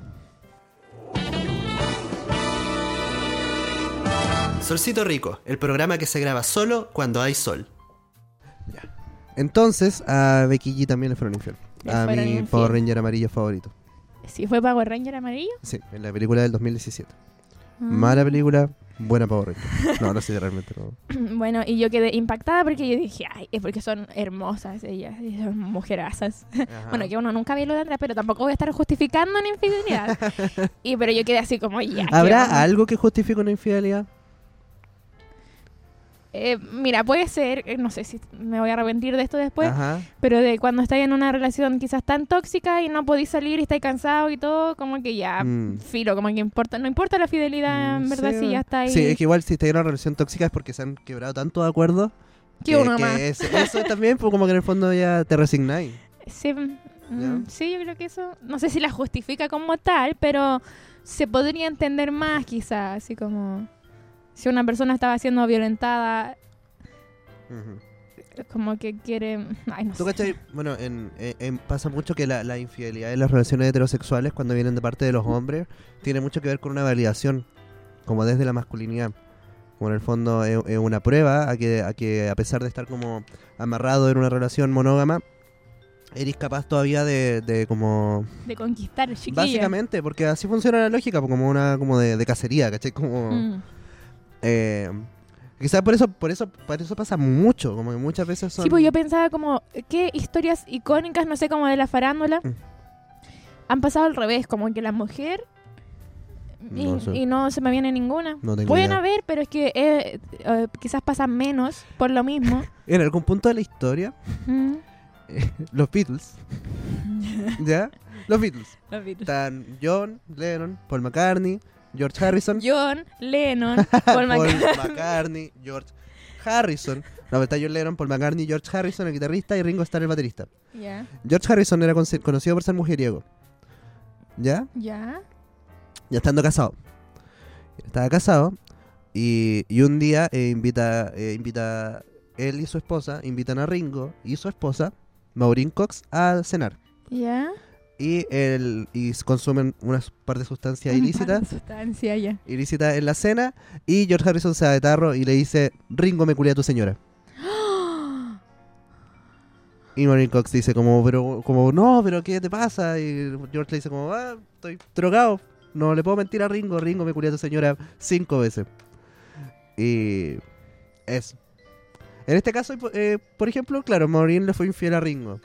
Speaker 1: Solcito Rico, el programa que se graba solo cuando hay sol. Ya. Entonces, a Becky G también le fueron infiel.
Speaker 3: Le
Speaker 1: a
Speaker 3: fueron
Speaker 1: mi
Speaker 3: infiel.
Speaker 1: Power Ranger amarillo favorito.
Speaker 3: Sí, fue Power Ranger amarillo.
Speaker 1: Sí, en la película del 2017.
Speaker 3: Ah.
Speaker 1: Mala película, buena Power Ranger. No, no sé realmente. No.
Speaker 3: *clears throat* Bueno, y yo quedé impactada porque yo dije, ay, es porque son hermosas ellas, y son mujerazas. *laughs* Bueno, que uno nunca ve lo de atrás, pero tampoco voy a estar justificando
Speaker 1: *laughs*
Speaker 3: una infidelidad. y pero yo quedé así como, ya. ¿qué onda?".
Speaker 1: ¿Habrá algo que justifique una infidelidad?
Speaker 3: Eh, mira, puede ser, eh, no sé si me voy a arrepentir de esto después,
Speaker 1: Ajá.
Speaker 3: pero de cuando estáis en una relación quizás tan tóxica y no podéis salir y estáis cansado y todo, como que ya,
Speaker 1: Mm.
Speaker 3: filo, como que importa, no importa la fidelidad, en
Speaker 1: Mm,
Speaker 3: verdad,
Speaker 1: sí,
Speaker 3: si ya estáis.
Speaker 1: Sí, es que igual si está en una relación tóxica es porque se han quebrado tanto de acuerdo.
Speaker 3: Que uno más.
Speaker 1: es- eso también, pues, como que en el fondo ya te resignáis.
Speaker 3: Sí, mm,
Speaker 1: ¿Ya?
Speaker 3: sí, yo creo que eso, no sé si la justifica como tal, pero se podría entender más quizás, así como si una persona estaba siendo violentada,
Speaker 1: Ujú.
Speaker 3: como que quiere, *laughs* ay, no
Speaker 1: ¿Tú
Speaker 3: sé.
Speaker 1: cachai? Bueno, en, en- en- pasa mucho que la, la infidelidad en las relaciones heterosexuales, cuando vienen de parte de los hombres, tiene mucho que ver con una validación, como desde la masculinidad. Como en el fondo eh, es, es una prueba a que, a que a pesar de estar como amarrado en una relación monógama, eres capaz todavía de, de como
Speaker 3: de conquistar chiquilla.
Speaker 1: Básicamente, porque así funciona la lógica, pues, como una como de, de cacería, ¿cachai? Como,
Speaker 3: Mm.
Speaker 1: eh, quizás por eso, por eso, por eso pasa mucho, como que muchas veces son...
Speaker 3: Sí, pues yo pensaba como, ¿qué historias icónicas, no sé, como de la farándula,
Speaker 1: Mm.
Speaker 3: han pasado al revés? Como que la mujer... Y y
Speaker 1: No
Speaker 3: no,
Speaker 1: sé.
Speaker 3: se me viene ninguna.
Speaker 1: No tengo
Speaker 3: Pueden
Speaker 1: idea.
Speaker 3: haber, pero es que eh, eh, quizás pasan menos por
Speaker 1: *laughs*
Speaker 3: lo mismo.
Speaker 1: En algún punto de la historia,
Speaker 3: Mm.
Speaker 1: los
Speaker 3: *laughs*
Speaker 1: Beatles, ¿ya? Los Beatles.
Speaker 3: Los Beatles.
Speaker 1: Están John, Lennon, Paul McCartney, George Harrison,
Speaker 3: John,
Speaker 1: *laughs*
Speaker 3: Lennon, Paul McCartney.
Speaker 1: McCartney, George Harrison. No, está John Lennon, Paul McCartney, George Harrison, el guitarrista, y Ringo Starr, el baterista.
Speaker 3: Ya,
Speaker 1: George Harrison era conci- conocido por ser mujeriego, ¿ya?
Speaker 3: ya.
Speaker 1: ya estando casado. Estaba casado y, y un día eh, invita, eh, invita él y su esposa, invitan a Ringo y su esposa, Maureen Cox, a cenar.
Speaker 3: Ya.
Speaker 1: Y, él, y s- consumen una s- par de sustancias
Speaker 3: Un par de
Speaker 1: ilícitas *gasps*
Speaker 3: Sustancia, *gasps* ya.
Speaker 1: ilícitas en la cena y George Harrison se da de tarro y le dice, Ringo me culé a tu señora. Y Maureen Cox dice como, pero, como, no, pero ¿qué te pasa? Y George le dice como, ah, estoy drogado. No le puedo mentir a Ringo. Ringo me culió a tu señora cinco veces. Y eso. En este caso, eh, por ejemplo, claro, Maureen le fue infiel a Ringo.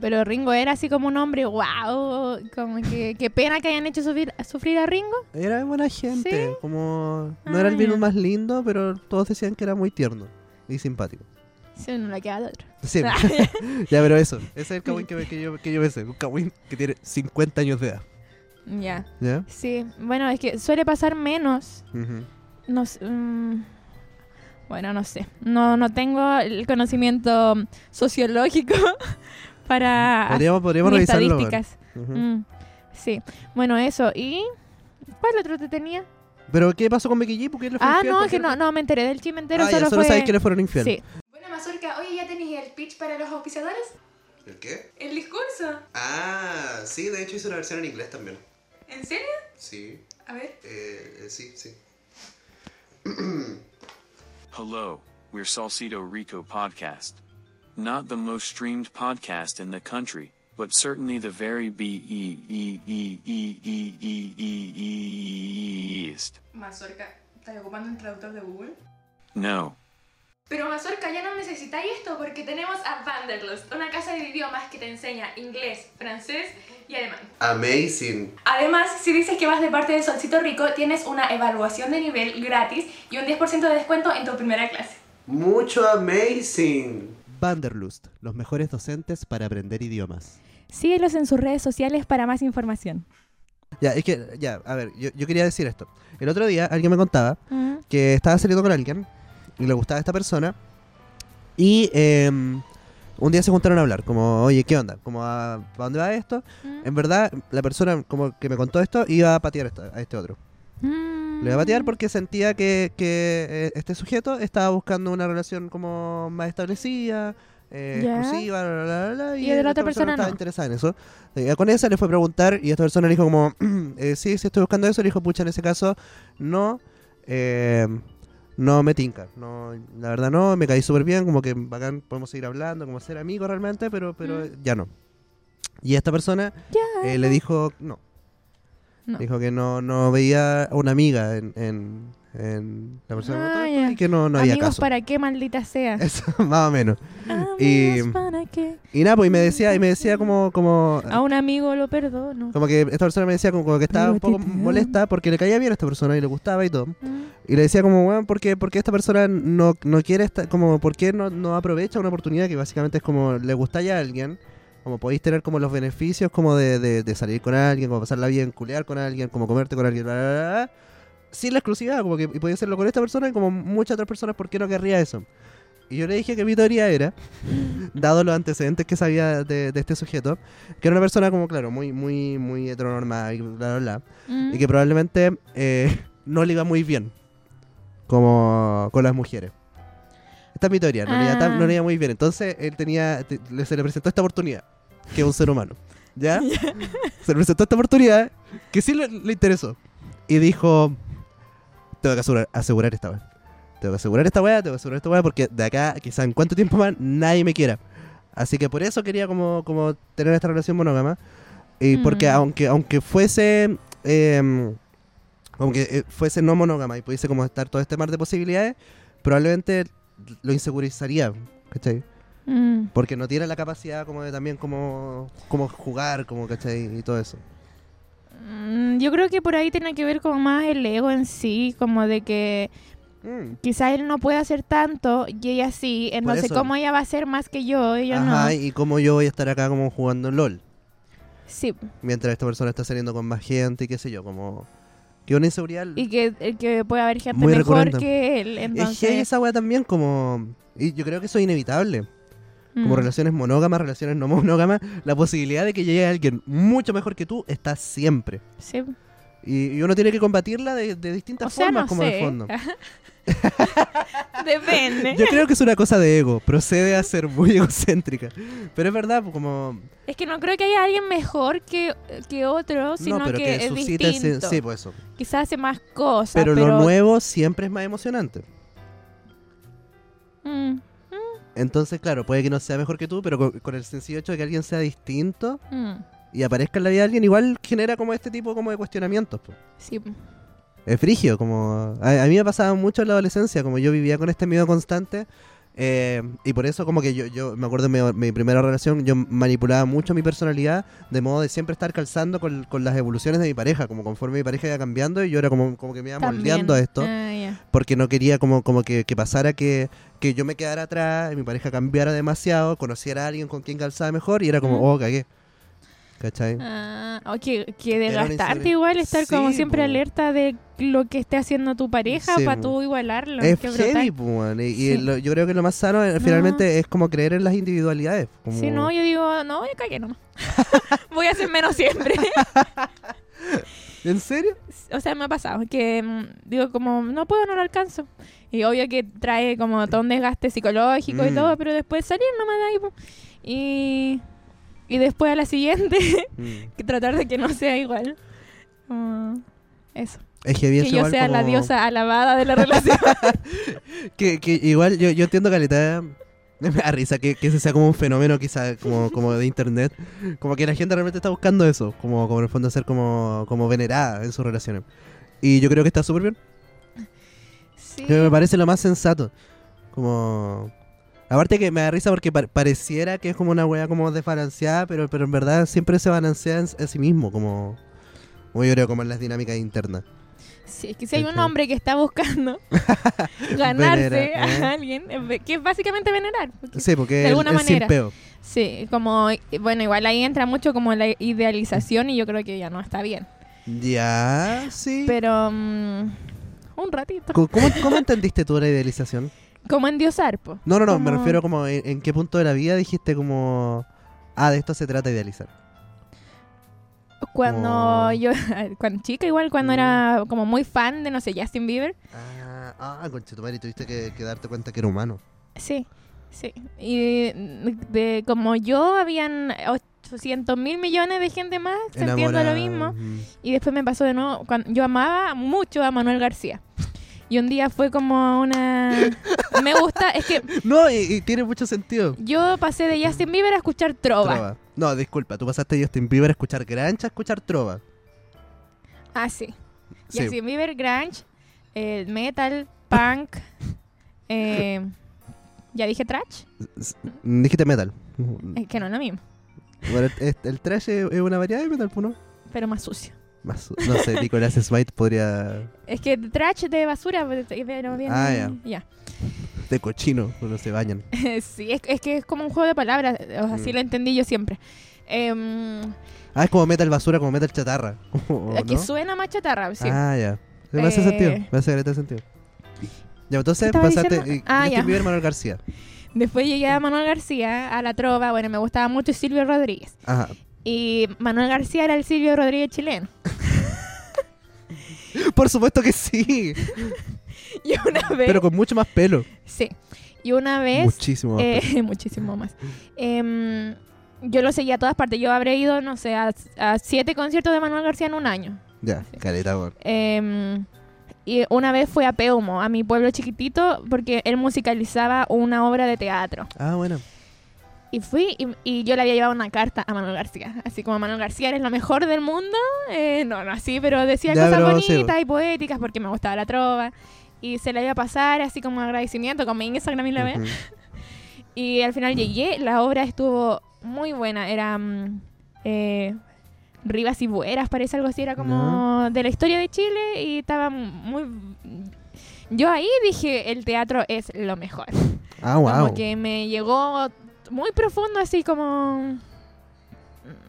Speaker 3: Pero Ringo era así como un hombre, wow, como que qué pena que hayan hecho sufrir, sufrir a Ringo.
Speaker 1: Era buena gente.
Speaker 3: Sí.
Speaker 1: Como, no
Speaker 3: Ah,
Speaker 1: era el vino
Speaker 3: ya.
Speaker 1: más lindo, pero todos decían que era muy tierno y simpático.
Speaker 3: Sí, no la queda de otra.
Speaker 1: Sí, *laughs* ya, pero eso. Ese es el Kawin
Speaker 3: *laughs*
Speaker 1: que, que yo, que yo besé. Un Kawin que tiene 50 años de edad.
Speaker 3: Ya.
Speaker 1: ¿Ya?
Speaker 3: Sí, bueno, es que suele pasar menos.
Speaker 1: Ujú.
Speaker 3: No sé, mm, bueno, no sé. No, no tengo el conocimiento sociológico *laughs* para hacer
Speaker 1: Podríamos, podríamos
Speaker 3: mis
Speaker 1: revisarlo. bueno.
Speaker 3: estadísticas.
Speaker 1: Ujú.
Speaker 3: Mm, sí, bueno, eso. ¿Y cuál otro te tenía?
Speaker 1: ¿Pero qué pasó con Becky G? ¿Por qué le fue
Speaker 3: Ah,
Speaker 1: infiel?
Speaker 3: no,
Speaker 1: ¿Por
Speaker 3: es
Speaker 1: qué
Speaker 3: que no, no, me enteré del chisme entero.
Speaker 1: ah, ya,
Speaker 3: solo
Speaker 1: solo
Speaker 3: fue...
Speaker 1: sabéis que le fueron infiel.
Speaker 3: Sí,
Speaker 4: Bueno, Mazorca, oye, ¿ya tenéis el pitch para los auspiciadores?
Speaker 1: ¿El qué?
Speaker 4: ¿El discurso?
Speaker 1: Ah, sí, de hecho hice una versión en inglés también.
Speaker 4: ¿En serio?
Speaker 1: Sí, eh,
Speaker 4: A ver.
Speaker 1: sí, sí.
Speaker 5: Hello, we're Salcedo Rico Podcast. Not the most streamed podcast in the country, but certainly the very be e e e e e e e east.
Speaker 4: Mazorca, ¿estás ocupando el traductor de Google?
Speaker 5: No.
Speaker 4: Pero Mazorca, ya no necesitáis esto porque tenemos a Vanderlust, una casa de idiomas que te enseña inglés, francés y alemán.
Speaker 1: Amazing.
Speaker 4: Además, si dices que vas de parte de Solcito Rico, tienes una evaluación de nivel gratis y un 10% de descuento en tu primera clase.
Speaker 1: Mucho amazing. Vanderlust, los mejores docentes para aprender idiomas.
Speaker 3: síguelos en sus redes sociales para más información.
Speaker 1: Ya, es que, ya, a ver, yo, yo quería decir esto. El otro día alguien me contaba
Speaker 3: Mm.
Speaker 1: que estaba saliendo con alguien y le gustaba esta persona y eh, un día se juntaron a hablar, como, oye, ¿qué onda? Como, ¿a, ¿a dónde va esto?
Speaker 3: Mm.
Speaker 1: En verdad, la persona como que me contó esto iba a patear esto- a este otro. Le iba a patear porque sentía que, que, eh, este sujeto estaba buscando una relación como más establecida, eh,
Speaker 3: Ya.
Speaker 1: exclusiva, bla, bla, bla, bla,
Speaker 3: Y de la
Speaker 1: esta
Speaker 3: otra persona
Speaker 1: estaba
Speaker 3: no.
Speaker 1: interesada en eso. Eh, con esa le fue a preguntar y esta persona le dijo como, *clears throat* eh, sí, sí estoy buscando eso. Le dijo, pucha, en ese caso, no, eh, no me tinca. No, la verdad no, me caí súper bien, como que bacán, podemos seguir hablando, como ser amigos realmente, pero, pero
Speaker 3: Mm.
Speaker 1: eh, ya no. Y esta persona
Speaker 3: Ya.
Speaker 1: eh, le dijo no.
Speaker 3: No.
Speaker 1: Dijo que no, no veía a una amiga en, en, en la persona que
Speaker 3: Ah,
Speaker 1: votó
Speaker 3: ya.
Speaker 1: y que no, no había
Speaker 3: Amigos
Speaker 1: caso.
Speaker 3: para qué, maldita sea.
Speaker 1: Eso, más o menos. *laughs* Y-
Speaker 3: Amigos para qué.
Speaker 1: Y nada, pues y me decía, y me decía como, como,
Speaker 3: A un amigo lo perdono.
Speaker 1: como que esta persona me decía como, como que estaba
Speaker 3: Pero
Speaker 1: un poco
Speaker 3: te amo.
Speaker 1: molesta porque le caía bien a esta persona y le gustaba y todo.
Speaker 3: Mm.
Speaker 1: Y le decía como, bueno, ¿por qué, por qué esta persona no, no quiere estar, como, por qué no, no aprovecha una oportunidad que básicamente es como, le gusta ya a alguien? Como podéis tener como los beneficios como de, de- de salir con alguien, como pasarla bien, culear con alguien, como comerte con alguien, bla, bla, bla, bla, sin la exclusividad, como que y podía hacerlo con esta persona y como muchas otras personas, ¿por qué no querría eso? Y yo le dije que mi teoría era, dado los antecedentes que sabía de, de este sujeto, que era una persona como, claro, muy, muy, muy heteronormal, y bla, bla, bla
Speaker 3: Mm.
Speaker 1: y que probablemente eh, *laughs* no le iba muy bien como con las mujeres. Esta es mi teoría, no, le, iba tan-
Speaker 3: Ah.
Speaker 1: no le iba muy bien. Entonces él tenía, te- le- se le presentó esta oportunidad, que es un ser humano. ¿Ya? se le presentó esta oportunidad que sí le, le interesó. Y dijo, tengo que asegurar, asegurar esta weá. Tengo que asegurar esta weá, tengo que asegurar esta weá, porque de acá, quizá en cuánto tiempo más, nadie me quiera. Así que por eso quería como, como tener esta relación monógama. Y porque
Speaker 3: Mm.
Speaker 1: aunque, aunque fuese eh, aunque eh, fuese no monógama y pudiese como estar todo este mar de posibilidades, probablemente lo insegurizaría, ¿cachai?
Speaker 3: Mm.
Speaker 1: Porque no tiene la capacidad como de también como, como jugar, como, ¿cachai? Y todo eso.
Speaker 3: Mm, Yo creo que por ahí tiene que ver con más el ego en sí, como de que
Speaker 1: Mm.
Speaker 3: quizás él no puede hacer tanto y ella sí, entonces
Speaker 1: eso.
Speaker 3: cómo ella va a hacer más que yo y yo
Speaker 1: Ajá,
Speaker 3: no.
Speaker 1: y como yo voy a estar acá como jugando en LOL,
Speaker 3: Sí,
Speaker 1: mientras esta persona está saliendo con más gente y qué sé yo, como... Que una inseguridad...
Speaker 3: y que, eh, que puede haber gente
Speaker 1: Muy
Speaker 3: mejor
Speaker 1: recurrente.
Speaker 3: que
Speaker 1: es
Speaker 3: él,
Speaker 1: que
Speaker 3: entonces...
Speaker 1: esa weá también como... Y yo creo que eso es inevitable.
Speaker 3: mm.
Speaker 1: Como relaciones monógamas, relaciones no *laughs* monógamas, la posibilidad de que llegue alguien mucho mejor que tú está siempre.
Speaker 3: Sí.
Speaker 1: Y, y uno tiene que combatirla de, de distintas
Speaker 3: O sea,
Speaker 1: formas,
Speaker 3: no
Speaker 1: como en
Speaker 3: sé.
Speaker 1: el
Speaker 3: *laughs*
Speaker 1: fondo.
Speaker 3: Depende.
Speaker 1: Yo creo que es una cosa de ego, procede a ser muy *laughs* egocéntrica. Pero es verdad, pues, como.
Speaker 3: Es que no creo que haya alguien mejor que, que otro, sino
Speaker 1: no, pero
Speaker 3: que,
Speaker 1: que,
Speaker 3: es
Speaker 1: suscita ese-
Speaker 3: distinto.
Speaker 1: Sí, pues eso.
Speaker 3: Quizás hace más cosas,
Speaker 1: pero,
Speaker 3: pero...
Speaker 1: lo nuevo siempre es más emocionante.
Speaker 3: Mm,
Speaker 1: Entonces, claro, puede que no sea mejor que tú, pero con, con el sencillo hecho de que alguien sea distinto
Speaker 3: Mm,
Speaker 1: y aparezca en la vida de alguien, igual genera como este tipo como de cuestionamientos. po.
Speaker 3: sí.
Speaker 1: Es frigio, como... A, a mí me pasaba mucho en la adolescencia, como yo vivía con este miedo constante. eh, y por eso como que yo, yo me acuerdo en mi, mi primera relación, yo manipulaba mucho mi personalidad de modo de siempre estar calzando con, con las evoluciones de mi pareja, como conforme mi pareja iba cambiando y yo era como, como que me iba moldeando a
Speaker 3: También.
Speaker 1: esto
Speaker 3: Ah, ya.
Speaker 1: porque no quería como, como que, que pasara que, que yo me quedara atrás, y mi pareja cambiara demasiado, conociera a alguien con quien calzaba mejor y era como,
Speaker 3: Mm.
Speaker 1: oh, cagué. ¿Cachai?
Speaker 3: Ah, oh, que, que
Speaker 1: Era una
Speaker 3: desgastarte
Speaker 1: historia.
Speaker 3: igual estar como
Speaker 1: Sí,
Speaker 3: siempre
Speaker 1: po.
Speaker 3: alerta de lo que esté haciendo tu pareja
Speaker 1: Sí,
Speaker 3: para
Speaker 1: po.
Speaker 3: tú igualarlo.
Speaker 1: es
Speaker 3: qué
Speaker 1: heavy,
Speaker 3: brutal.
Speaker 1: po, weón, y, y
Speaker 3: Sí.
Speaker 1: lo- yo creo que lo más sano eh, finalmente es como creer en las individualidades. Como...
Speaker 3: Si no, yo digo, no, yo cagué nomás. *laughs* Voy a hacer menos siempre. *laughs*
Speaker 1: ¿En serio?
Speaker 3: o sea, me ha pasado que mm, digo como no puedo, no lo alcanzo. Y obvio que trae como todo un desgaste psicológico y
Speaker 1: Mm.
Speaker 3: todo, pero después salir nomás de ahí. po. Y, y después a la siguiente, *laughs*
Speaker 1: Mm.
Speaker 3: que tratar de que no sea igual. Como eso.
Speaker 1: Es heavy
Speaker 3: Que
Speaker 1: eso
Speaker 3: yo
Speaker 1: igual
Speaker 3: sea la
Speaker 1: como-
Speaker 3: diosa alabada de la
Speaker 1: *laughs*
Speaker 3: relación.
Speaker 1: Que, que igual yo, yo entiendo caleta. *laughs* Me da risa que, que ese sea como un fenómeno quizá como, como de internet. Como que la gente realmente está buscando eso. Como, como en el fondo ser como, como venerada en sus relaciones. Y yo creo que está súper bien.
Speaker 3: sí.
Speaker 1: Creo que me parece lo más sensato. Como... Aparte que me da risa porque par- pareciera que es como una weá como desbalanceada, pero, pero en verdad siempre se balancea en, en sí mismo, como... Como yo creo, como en las dinámicas internas.
Speaker 3: Sí, es que si hay un
Speaker 1: ¿Cachai?
Speaker 3: hombre que
Speaker 1: *laughs*
Speaker 3: está buscando ganarse
Speaker 1: Venerar, ¿eh?
Speaker 3: a alguien, eh, ve- que es básicamente venerar. porque-
Speaker 1: Sí, porque
Speaker 3: De
Speaker 1: es-
Speaker 3: alguna
Speaker 1: es sin
Speaker 3: manera.
Speaker 1: peo.
Speaker 3: Sí, como, eh, bueno, igual ahí entra mucho como la idealización y yo creo que ya no está bien.
Speaker 1: Ya, sí.
Speaker 3: Pero mm, un ratito.
Speaker 1: Co- ¿Cómo, cómo entendiste tú la idealización?
Speaker 3: Como endiosar, po.
Speaker 1: No, no, no, me
Speaker 3: Como-
Speaker 1: refiero como en, en qué punto de la vida dijiste como... Ah, de esto se trata idealizar.
Speaker 3: Cuando
Speaker 1: Oh.
Speaker 3: yo, *laughs* cuando chica igual, cuando
Speaker 1: Mm.
Speaker 3: era como muy fan de, no sé, Justin Bieber.
Speaker 1: Ah, ah conchetumare, tuviste que, que darte cuenta que era humano.
Speaker 3: Sí, sí. Y de, de- como yo, habían 800 mil millones de gente más sintiendo lo
Speaker 1: Enamorado.
Speaker 3: mismo.
Speaker 1: Mm.
Speaker 3: Y después me pasó de nuevo, cuando, yo amaba mucho a Manuel García. Y un día fue como una... Me gusta, es que
Speaker 1: No, y, y tiene mucho sentido.
Speaker 3: yo pasé de Justin Bieber a escuchar trova.
Speaker 1: Trova. No, disculpa, tú pasaste de Justin Bieber a escuchar grancha, a escuchar trova.
Speaker 3: Ah, sí.
Speaker 1: Sí.
Speaker 3: Justin Bieber, grunge, eh, metal, punk, eh, ya dije trash,
Speaker 1: S- Dijiste metal.
Speaker 3: es que no es lo mismo,
Speaker 1: Bueno, es- el trash es es una variedad de metal, pues, ¿no?
Speaker 3: pero más sucio.
Speaker 1: Más- no sé, Nicolás Smite podría.
Speaker 3: Es que trash de basura, pero bien.
Speaker 1: Ah, ya.
Speaker 3: ya.
Speaker 1: de cochino, cuando se bañan.
Speaker 3: *laughs* sí, es, es que es como un juego de palabras, eh, o sea, así
Speaker 1: Mm.
Speaker 3: lo entendí yo siempre. Em,
Speaker 1: Ah, es como metal basura, como metal chatarra. *laughs* ¿o
Speaker 3: es que
Speaker 1: no?
Speaker 3: suena más chatarra, sí.
Speaker 1: Ah, ya. Me hace
Speaker 3: Eh.
Speaker 1: sentido, me hace caleta de sentido. Ya, entonces
Speaker 3: estaba
Speaker 1: pasaste. eh,
Speaker 3: diciendo?
Speaker 1: y-
Speaker 3: Ah,
Speaker 1: Justin
Speaker 3: ya.
Speaker 1: Bieber, Manuel García.
Speaker 3: Después llegué a Manuel García, a la trova, bueno, me gustaba mucho Silvio Rodríguez.
Speaker 1: Ajá.
Speaker 3: Y Manuel García era el Silvio Rodríguez chileno. *laughs*
Speaker 1: Por supuesto que sí,
Speaker 3: *laughs* Y una vez...
Speaker 1: pero con mucho más pelo.
Speaker 3: Sí. Y una vez...
Speaker 1: Muchísimo más pues.
Speaker 3: Eh,
Speaker 1: pelo.
Speaker 3: *laughs* muchísimo más. Em, yo lo seguía a todas partes. Yo habré ido, no sé, a, a siete conciertos de Manuel García en un año.
Speaker 1: Ya, caleta, weón.
Speaker 3: Em, y una vez fue a Peumo, a mi pueblo chiquitito, porque él musicalizaba una obra de teatro.
Speaker 1: Ah, bueno.
Speaker 3: Y fui y, y yo le había llevado una carta a Manuel García. Así como Manuel García eres lo mejor del mundo. eh, no, no así, pero decía
Speaker 1: Ya,
Speaker 3: cosas
Speaker 1: pero sí,
Speaker 3: bonitas y poéticas porque me gustaba la trova. Y se la iba a pasar así como agradecimiento con mi Instagram y la ve.
Speaker 1: Ujú.
Speaker 3: Y al final llegué, la obra estuvo muy buena. Era mm, eh, Rivas y Bueras, parece algo así. Era como de la historia de Chile y estaba muy... Yo ahí dije, el teatro es lo mejor.
Speaker 1: Ah, wow.
Speaker 3: Como que me llegó muy profundo, así como...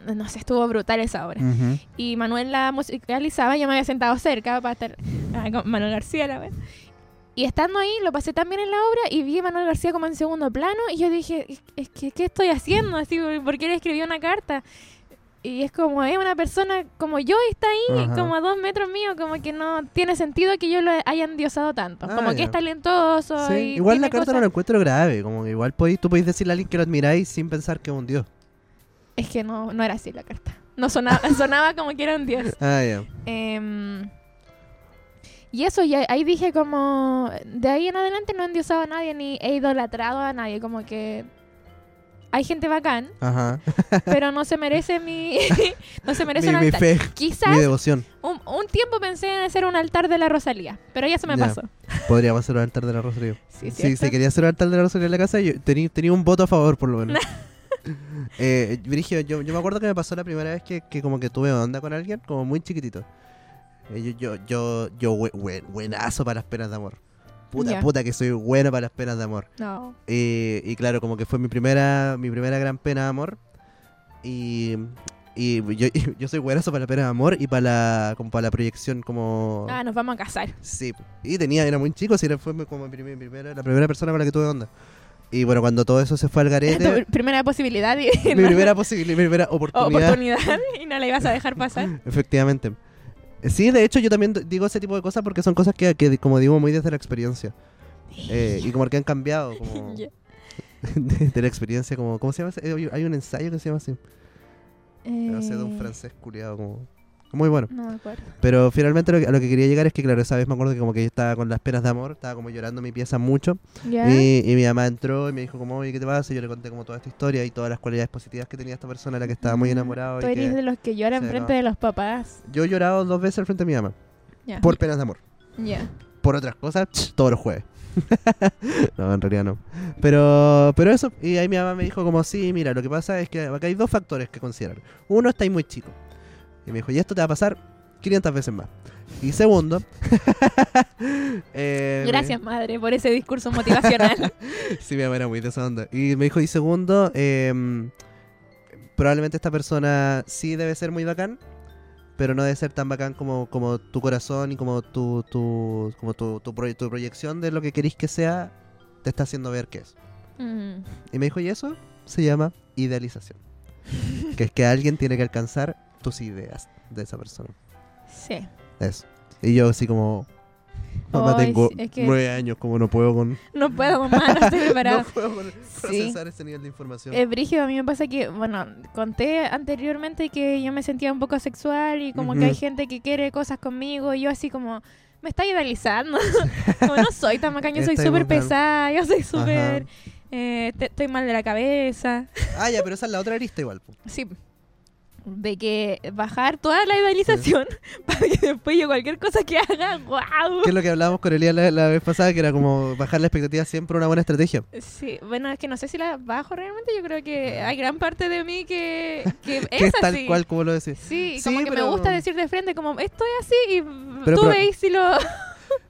Speaker 3: No sé, estuvo brutal esa obra.
Speaker 1: Ujú.
Speaker 3: Y Manuel la musicalizaba, yo me había sentado cerca para estar ah, con Manuel García a la vez. Y estando ahí, lo pasé también en la obra y vi a Manuel García como en segundo plano y yo dije, es- es que, ¿qué estoy haciendo? Así, ¿Por qué le escribí una carta? Y es como, es una persona como yo y está ahí,
Speaker 1: Ajá.
Speaker 3: como a dos metros mío, como que no tiene sentido que yo lo haya endiosado tanto.
Speaker 1: Ah,
Speaker 3: como que
Speaker 1: ya.
Speaker 3: es talentoso.
Speaker 1: Sí,
Speaker 3: y
Speaker 1: igual
Speaker 3: tiene
Speaker 1: la carta
Speaker 3: cosas-
Speaker 1: no la encuentro grave, como que igual podéis, tú podéis decirle a alguien que lo admiráis sin pensar que es un dios.
Speaker 3: Es que no, no era así la *laughs* carta. No sonaba, sonaba como que era un dios.
Speaker 1: Ah, ya.
Speaker 3: Em, Y eso, y ahí dije como, de ahí en adelante no he endiosado a nadie ni he idolatrado a nadie, como que hay
Speaker 1: *laughs*
Speaker 3: gente bacán,
Speaker 1: Ajá.
Speaker 3: pero no se merece mi, *laughs* no se merece
Speaker 1: Mi,
Speaker 3: un
Speaker 1: mi
Speaker 3: altar.
Speaker 1: fe, mi
Speaker 3: Quizás
Speaker 1: devoción.
Speaker 3: un, un tiempo pensé en hacer un altar de la Rosalía, pero ya se me
Speaker 1: Ya.
Speaker 3: pasó.
Speaker 1: Podríamos hacer un altar de la Rosalía. si
Speaker 3: Sí, ¿cierto?
Speaker 1: se quería hacer un altar de la Rosalía en la casa, yo tenía, tenía un voto a favor, por lo
Speaker 3: *laughs*
Speaker 1: menos. eh, Brigio, yo, yo me acuerdo que me pasó la primera vez que, que como que tuve onda con alguien, como muy chiquitito. Eh, yo, yo, yo, yo bue- bue- buenazo para las penas de amor. Puta,
Speaker 3: Ya.
Speaker 1: puta que soy bueno para las penas de amor.
Speaker 3: No.
Speaker 1: Eh, y claro, como que fue mi primera, mi primera gran pena de amor. Y, y yo, *laughs* yo soy buenazo para la pena de amor y para la, como para la proyección como...
Speaker 3: Ah, nos vamos a casar.
Speaker 1: Sí, y tenía, era muy chico, si era, fue mi- como mi primer- mi primera- la primera persona con la que tuve onda. Y bueno, cuando todo eso se fue al
Speaker 3: *laughs* Tu
Speaker 1: garete,
Speaker 3: primera posibilidad y *laughs*
Speaker 1: mi primera posibilidad, mi primera
Speaker 3: o-
Speaker 1: oportunidad,
Speaker 3: oportunidad *laughs* y no la ibas a
Speaker 1: *laughs*
Speaker 3: dejar pasar. *laughs*
Speaker 1: efectivamente. Eh, Sí, de hecho yo también d- digo ese tipo de cosas porque son cosas que, que como digo, muy desde la experiencia. Eh, y como que han cambiado, como
Speaker 3: *laughs* Ya.
Speaker 1: *laughs* de, de la experiencia, como, ¿cómo se llama? ese? Eh, Hay, hay un ensayo que se llama así, no sé, de un
Speaker 3: Eh,
Speaker 1: francés culiado, como... Muy bueno.
Speaker 3: No me acuerdo.
Speaker 1: Pero finalmente lo que- a lo que quería llegar es que, claro, esa vez me acuerdo que como que yo estaba con las penas de amor, estaba como llorando mi pieza mucho.
Speaker 3: ¿Ya?
Speaker 1: Y, y mi mamá entró y me dijo como, oye, ¿qué te pasa? Y yo le conté como toda esta historia y todas las cualidades positivas que tenía esta persona, la que estaba muy
Speaker 3: Ah,
Speaker 1: enamorado.
Speaker 3: Tú
Speaker 1: Y
Speaker 3: eres
Speaker 1: que...
Speaker 3: de los que lloran
Speaker 1: Sí,
Speaker 3: frente
Speaker 1: no.
Speaker 3: de los papás.
Speaker 1: Yo he llorado dos veces al frente de mi mamá,
Speaker 3: Ya.
Speaker 1: por penas de amor.
Speaker 3: Ya.
Speaker 1: Por otras cosas, ch, todos los jueves. *laughs* no, en realidad no. Pero, pero eso, y ahí mi mamá me dijo como, sí, mira, lo que pasa es que acá hay dos factores que considerar. Uno, estáis muy chico. Y me dijo, y esto te va a pasar 500 veces más. Y segundo, *laughs* eh, me-
Speaker 3: Gracias, madre, por ese
Speaker 1: *laughs*
Speaker 3: discurso motivacional.
Speaker 1: Sí, mi mamá era muy de esa onda. Y me dijo, y segundo, em, probablemente esta persona sí debe ser muy bacán, pero no debe ser tan bacán como, como tu corazón y como tu, tu, como tu, tu, proye- tu proyección de lo que querís que sea, te está haciendo ver qué es.
Speaker 3: Mm.
Speaker 1: Y me dijo, y eso se llama idealización. que es que alguien tiene que alcanzar tus ideas de esa persona.
Speaker 3: Sí.
Speaker 1: Eso. Y yo así como... Mamá,
Speaker 3: Ay,
Speaker 1: tengo
Speaker 3: sí, es que-
Speaker 1: nueve años, como no puedo con...
Speaker 3: No puedo, mamá, *laughs* no estoy preparada.
Speaker 1: No puedo con procesar ese nivel de información.
Speaker 3: Es brígido, a mí me pasa que, bueno, conté anteriormente que yo me sentía un poco sexual y como que
Speaker 1: Ujú.
Speaker 3: hay gente que quiere cosas conmigo y yo así como, me
Speaker 1: *laughs*
Speaker 3: está idealizando. como no soy tan bacán, yo soy
Speaker 1: Estoy
Speaker 3: súper
Speaker 1: bacán.
Speaker 3: pesada, yo soy
Speaker 1: Ajá.
Speaker 3: súper... eh, te- estoy mal de la cabeza.
Speaker 1: Ah, ya, pero esa es la otra arista igual. po.
Speaker 3: Sí. De que bajar toda la idealización *laughs* para que después yo cualquier cosa que haga, wow.
Speaker 1: Que es lo que hablábamos con Elías la, la vez pasada, que era como bajar la expectativa siempre una buena estrategia.
Speaker 3: Sí, bueno, es que no sé si la bajo realmente, yo creo que hay gran parte de mí que, que es
Speaker 1: Ah. *laughs* que es tal
Speaker 3: así.
Speaker 1: cual como lo decís.
Speaker 3: Sí,
Speaker 1: Sí,
Speaker 3: como que
Speaker 1: pero-
Speaker 3: me gusta decir de frente, como estoy así y
Speaker 1: Pero-
Speaker 3: tú
Speaker 1: pero-
Speaker 3: veis si lo. *laughs*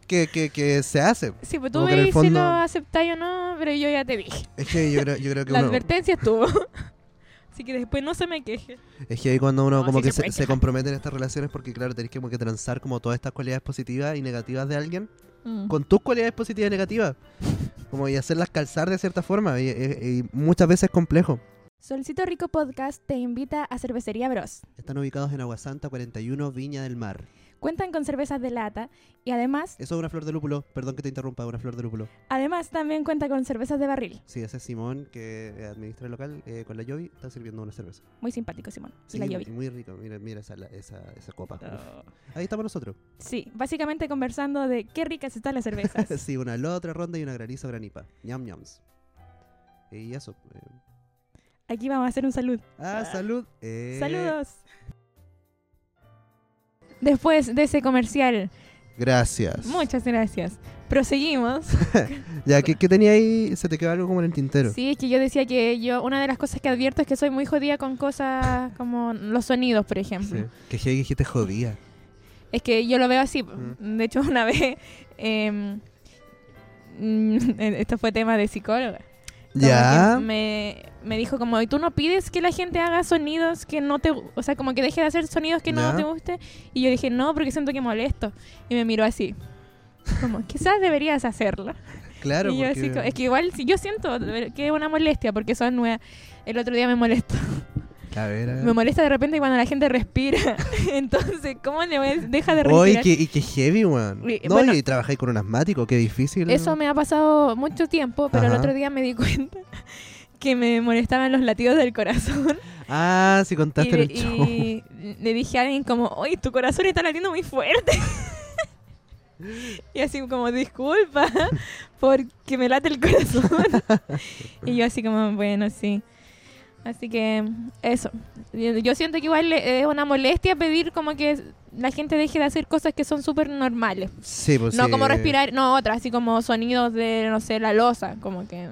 Speaker 1: Que, que, que se hace.
Speaker 3: Sí, pues tú
Speaker 1: Como que en el
Speaker 3: veis si
Speaker 1: fondo-
Speaker 3: lo aceptáis o no, pero yo ya te dije.
Speaker 1: Es que yo creo, yo creo que
Speaker 3: *laughs* La
Speaker 1: uno.
Speaker 3: advertencia estuvo. Así que después no se me queje.
Speaker 1: Es que ahí cuando uno
Speaker 3: No,
Speaker 1: como
Speaker 3: sí
Speaker 1: que
Speaker 3: se
Speaker 1: se,
Speaker 3: puede
Speaker 1: se
Speaker 3: quejar.
Speaker 1: compromete en estas relaciones, porque claro, tenés que como que transar como todas estas cualidades positivas y negativas de alguien
Speaker 3: Mm.
Speaker 1: con tus cualidades positivas y negativas. Como y hacerlas calzar de cierta forma. Y, y- y muchas veces es complejo.
Speaker 3: Solcito Rico Podcast te invita a Cervecería Bros.
Speaker 1: Están ubicados en Aguasanta 41, Viña del Mar.
Speaker 3: Cuentan con cervezas de lata y además,
Speaker 1: Eso es una flor de lúpulo. Perdón que te interrumpa, una flor de lúpulo.
Speaker 3: además también cuenta con cervezas de barril.
Speaker 1: Sí, ese es Simón que eh, administra el local eh, con la Yovi, está sirviendo una cerveza.
Speaker 3: Muy simpático, Simón. Y
Speaker 1: Sí,
Speaker 3: la Yovi.
Speaker 1: muy rico. Mira, mira esa, la- esa, esa copa. Uf. Ahí estamos nosotros.
Speaker 3: Sí, básicamente conversando de qué ricas están las cervezas.
Speaker 1: *laughs* sí, una la otra ronda y una granizo granipa. Ñam ñams. Y eso. eh.
Speaker 3: Aquí vamos a hacer un saludo.
Speaker 1: Ah, salud. Eh,
Speaker 3: Saludos. Después de ese comercial,
Speaker 1: Gracias.
Speaker 3: muchas gracias. Proseguimos.
Speaker 1: Ya, ¿qué, qué tenía ahí? Se te quedó algo como en el tintero.
Speaker 3: Sí, es que yo decía que yo, una de las cosas que advierto es que soy muy jodida con cosas como los sonidos, por ejemplo.
Speaker 1: Que heavy que te jodía.
Speaker 3: Es que yo lo veo así.
Speaker 1: Mm.
Speaker 3: De hecho, una *laughs* vez, em, *laughs* mm, esto fue tema de psicóloga. Como
Speaker 1: Ya.
Speaker 3: que Me, me dijo como, ¿y tú no pides que la gente haga sonidos que no te... gu- O sea, como que deje de hacer sonidos que no
Speaker 1: Ya.
Speaker 3: te guste? Y yo dije, no, porque siento que molesto. Y me miró así. Como, quizás deberías hacerlo.
Speaker 1: Claro,
Speaker 3: y yo así, co-
Speaker 1: porque...
Speaker 3: es que igual si yo siento que es una molestia porque son nuevas. El otro día me molestó.
Speaker 1: A ver, a ver.
Speaker 3: Me molesta de repente cuando la gente respira. *laughs* Entonces, ¿cómo le voy a decir, deja de
Speaker 1: Oh, y
Speaker 3: respirar?
Speaker 1: que, y que heavy, weón.
Speaker 3: Y-
Speaker 1: No,
Speaker 3: bueno.
Speaker 1: y trabajáis con un asmático, qué difícil.
Speaker 3: Eso me ha pasado mucho tiempo, pero
Speaker 1: Ajá.
Speaker 3: el otro día me di cuenta *laughs* que me molestaban los latidos del corazón.
Speaker 1: Ah, sí
Speaker 3: y,
Speaker 1: contaste en
Speaker 3: le-
Speaker 1: el show.
Speaker 3: y le dije a alguien como, oye, tu corazón está latiendo muy fuerte. *laughs* Y así como, disculpa, *laughs* porque me late el corazón. *laughs* y yo así como, bueno, sí. Así que eso. Yo yo siento que igual eh, es una molestia pedir como que la gente deje de hacer cosas que son súper normales.
Speaker 1: Sí, pues
Speaker 3: no
Speaker 1: sí.
Speaker 3: como respirar, no otras, así como sonidos de, no sé, la losa, como que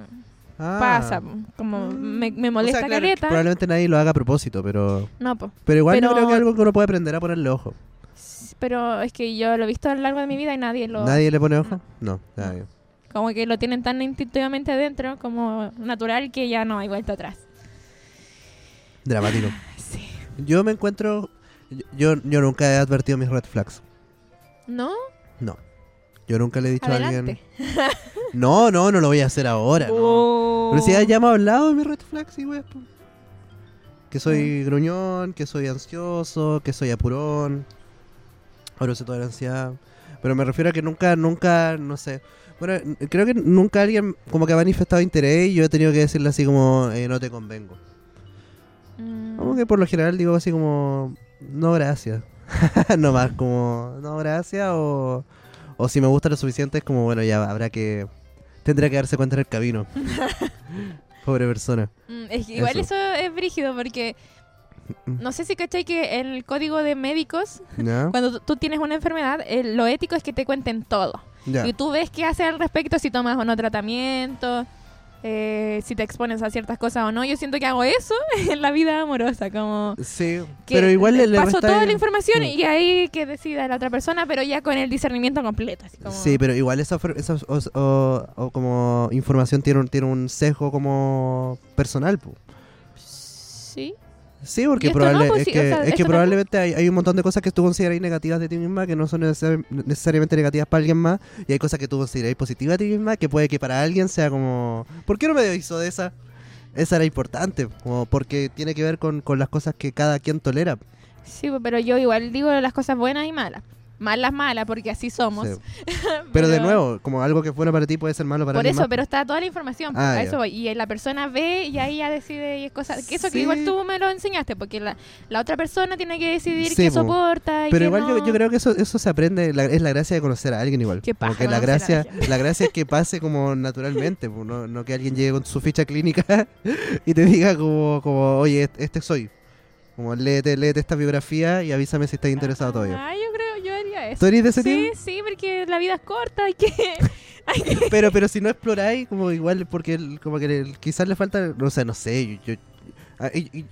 Speaker 1: Ah. Mm.
Speaker 3: pasa, como me, me
Speaker 1: O sea,
Speaker 3: molesta
Speaker 1: claro,
Speaker 3: caleta.
Speaker 1: Probablemente nadie lo haga a propósito, pero.
Speaker 3: No, po.
Speaker 1: Pero igual yo
Speaker 3: Pero-
Speaker 1: creo que algo que uno puede aprender a ponerle ojo.
Speaker 3: S- pero es que yo lo he visto a lo largo de mi vida y nadie lo...
Speaker 1: ¿Nadie le pone ojo? No, nadie.
Speaker 3: Como que lo tienen tan instintivamente adentro como natural que ya no hay vuelta atrás.
Speaker 1: Dramático.
Speaker 3: *laughs* Sí.
Speaker 1: Yo me encuentro. Yo, yo nunca he advertido mis red flags.
Speaker 3: ¿No?
Speaker 1: No. Yo nunca le he dicho a alguien.
Speaker 3: Adelante.
Speaker 1: No, no, no lo voy a hacer ahora. no.
Speaker 3: Oh.
Speaker 1: Pero si ya, ya hemos hablado de mis red flags y weas, po. pues. Que soy gruñón, que soy ansioso, que soy apurón. Ahora sé toda la ansiedad. Pero me refiero a que nunca, nunca, no sé. Bueno, n- creo que nunca alguien como que ha manifestado interés y yo he tenido que decirle así como, eh, no te convengo.
Speaker 3: Mm.
Speaker 1: Como que por lo general digo así como, no gracias. *laughs* no más, como, no gracias o, o si me gusta lo suficiente es como, bueno, ya habrá que, tendrá que darse cuenta en el camino. Pobre persona.
Speaker 3: Mm, es que igual
Speaker 1: Eso.
Speaker 3: eso. es brígido porque
Speaker 1: Mm.
Speaker 3: no sé si cachai que en el código de médicos,
Speaker 1: ¿Ya?
Speaker 3: *laughs* cuando tú- tú tienes una enfermedad, eh, lo ético es que te cuenten todo.
Speaker 1: Ya.
Speaker 3: Y tú ves qué hace al respecto, si tomas o no tratamiento, eh, si te expones a ciertas cosas o no. Yo siento que hago eso *laughs* en la vida amorosa, como
Speaker 1: Sí,
Speaker 3: que
Speaker 1: pero igual le, le
Speaker 3: paso
Speaker 1: resta-
Speaker 3: toda la información
Speaker 1: Mm.
Speaker 3: y ahí que decida la otra persona, pero ya con el discernimiento completo. Así como,
Speaker 1: Sí, pero igual esa, ofer- esa o, o- o como información tiene un, tiene un sesgo como personal. po.
Speaker 3: sí.
Speaker 1: Sí, porque
Speaker 3: Y esto no,
Speaker 1: probable-
Speaker 3: pues
Speaker 1: es
Speaker 3: sí,
Speaker 1: que,
Speaker 3: o sea,
Speaker 1: es que
Speaker 3: esto también.
Speaker 1: probablemente hay, hay un montón de cosas que tú consideras negativas de ti misma que no son necesar- necesariamente negativas para alguien más y hay cosas que tú consideras positivas de ti misma que puede que para alguien sea como, ¿por qué no me hizo de esa? Esa era importante, como porque tiene que ver con, con las cosas que cada quien tolera.
Speaker 3: Sí, pero yo igual digo las cosas buenas y malas. Malas, malas, porque así somos. *laughs*
Speaker 1: Sí. Pero de nuevo, como algo que es bueno para ti puede ser malo para
Speaker 3: Por
Speaker 1: alguien
Speaker 3: eso,
Speaker 1: más.
Speaker 3: pero está toda la información. pues,
Speaker 1: Ah,
Speaker 3: a
Speaker 1: ya.
Speaker 3: eso voy. Y eh, la persona ve y ahí ya decide y es cosa. Que eso
Speaker 1: Sí.
Speaker 3: que igual tú me lo enseñaste, porque la, la otra persona tiene que decidir
Speaker 1: Sí,
Speaker 3: qué
Speaker 1: po.
Speaker 3: soporta. Y
Speaker 1: Pero
Speaker 3: qué
Speaker 1: igual yo,
Speaker 3: no.
Speaker 1: yo creo que eso, eso se aprende, la- es la gracia de conocer a alguien igual.
Speaker 3: Qué
Speaker 1: Como que
Speaker 3: paja
Speaker 1: la
Speaker 3: conocer a
Speaker 1: gracia,
Speaker 3: alguien.
Speaker 1: la gracia es que pase como naturalmente, pues, no, no que alguien llegue con su ficha clínica *laughs* y te diga como, como oye, est- este soy. Como léete, léete esta biografía y avísame si estás interesado todavía.
Speaker 3: Ah, yo creo, yo haría eso.
Speaker 1: ¿Tú eres de ese
Speaker 3: Sí,
Speaker 1: tipo?
Speaker 3: sí, porque la vida es corta. Hay que. *laughs* hay que-
Speaker 1: Pero, pero si no exploráis, como igual, porque el- como que el- quizás le falta, no sé, no sé, yo, yo, ah, y- y-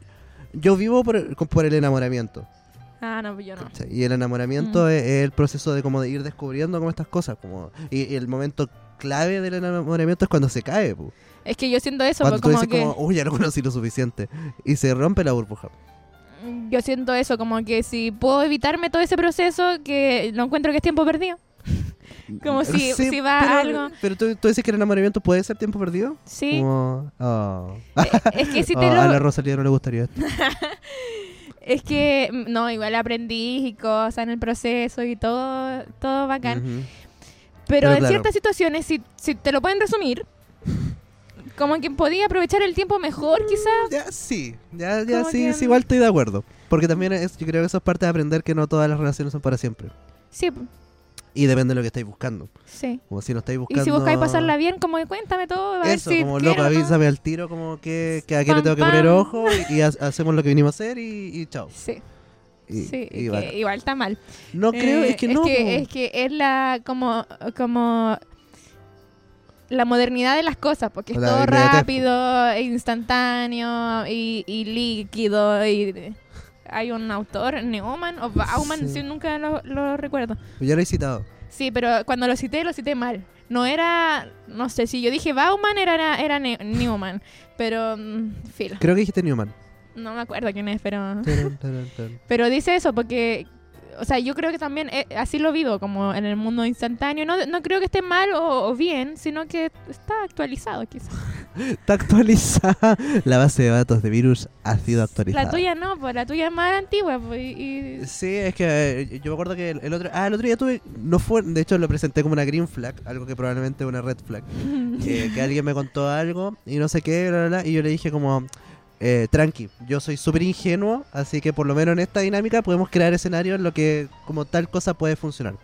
Speaker 1: yo vivo por, por el enamoramiento.
Speaker 3: Ah, no, pues yo no.
Speaker 1: ¿Cachai? Y el enamoramiento
Speaker 3: Mm.
Speaker 1: es, es el proceso de como de ir descubriendo como estas cosas, como y, y el momento clave del enamoramiento es cuando se cae, pu.
Speaker 3: Es que yo siento eso,
Speaker 1: cuando
Speaker 3: pues,
Speaker 1: tú
Speaker 3: como
Speaker 1: dices
Speaker 3: que.
Speaker 1: como, uy, ya lo conocí lo suficiente y se rompe la burbuja.
Speaker 3: Mm, Yo siento eso, como que si puedo evitarme todo ese proceso, que no encuentro que es tiempo perdido. *laughs* Como si- si va
Speaker 1: pero,
Speaker 3: algo-
Speaker 1: Pero tú, tú dices que el enamoramiento puede ser tiempo perdido.
Speaker 3: Sí.
Speaker 1: Como, oh.
Speaker 3: Es que
Speaker 1: *laughs*
Speaker 3: si
Speaker 1: Oh,
Speaker 3: te lo.
Speaker 1: a la Rosalía no le gustaría esto.
Speaker 3: Es que, mm, no, igual aprendí y cosas en el proceso y todo, todo bacán.
Speaker 1: Ujú.
Speaker 3: Pero,
Speaker 1: Pero
Speaker 3: en
Speaker 1: claro.
Speaker 3: ciertas situaciones, si, si te lo pueden resumir, como que podía aprovechar el tiempo mejor, quizás.
Speaker 1: Ya sí, ya, ya
Speaker 3: Como
Speaker 1: sí,
Speaker 3: que-
Speaker 1: sí, igual estoy de acuerdo. Porque también es, yo creo que eso es parte de aprender que no todas las relaciones son para siempre.
Speaker 3: Sí, p-
Speaker 1: Y depende de lo que estáis buscando.
Speaker 3: sí.
Speaker 1: Como si no estáis
Speaker 3: Y
Speaker 1: buscando.
Speaker 3: si buscáis pasarla bien, como que cuéntame todo. A ver
Speaker 1: Eso,
Speaker 3: si
Speaker 1: como
Speaker 3: quiero,
Speaker 1: loco,
Speaker 3: ¿no?
Speaker 1: avísame al tiro como que, que a qué le
Speaker 3: Pam,
Speaker 1: tengo que poner
Speaker 3: pam.
Speaker 1: ojo y, y ha- hacemos lo que vinimos a hacer y, y chao.
Speaker 3: Sí,
Speaker 1: Y-
Speaker 3: sí.
Speaker 1: y
Speaker 3: que
Speaker 1: bacán.
Speaker 3: igual está mal.
Speaker 1: No creo,
Speaker 3: Eh,
Speaker 1: es que no.
Speaker 3: Es que
Speaker 1: po.
Speaker 3: es, que es la. Como, como la modernidad de las cosas, porque es
Speaker 1: La
Speaker 3: todo
Speaker 1: inmediatez, po.
Speaker 3: rápido, e instantáneo y, y líquido. y Hay un autor, Neumann o Bauman,
Speaker 1: Sí.
Speaker 3: sí, nunca lo, lo recuerdo.
Speaker 1: Ya lo he citado.
Speaker 3: Sí, pero cuando lo cité, lo cité mal. No era, no sé, si yo dije Bauman, era, era, era Ne- Newman. Pero, mm, filo,
Speaker 1: Creo que dijiste
Speaker 3: *laughs*
Speaker 1: Newman.
Speaker 3: no me acuerdo quién es, pero...
Speaker 1: Tarán, tarán, tarán.
Speaker 3: Pero dice eso porque, o sea, yo creo que también eh, así lo vivo, como en el mundo instantáneo. No, no creo que esté mal o, o bien, sino que está actualizado quizás.
Speaker 1: Está actualizada. La base de datos de virus ha sido actualizada.
Speaker 3: La tuya no, pues la tuya es más antigua. pues, y, y-
Speaker 1: Sí, es que eh, yo me acuerdo que el, el otro. Ah, el otro día tuve. No fue. De hecho, lo presenté como una green flag, algo que probablemente es una red flag. Eh, que alguien me contó algo y no sé qué, bla, bla, bla, y yo le dije como. eh, tranqui, yo soy súper ingenuo, así que por lo menos en esta dinámica podemos crear escenarios en lo que como tal cosa puede funcionar.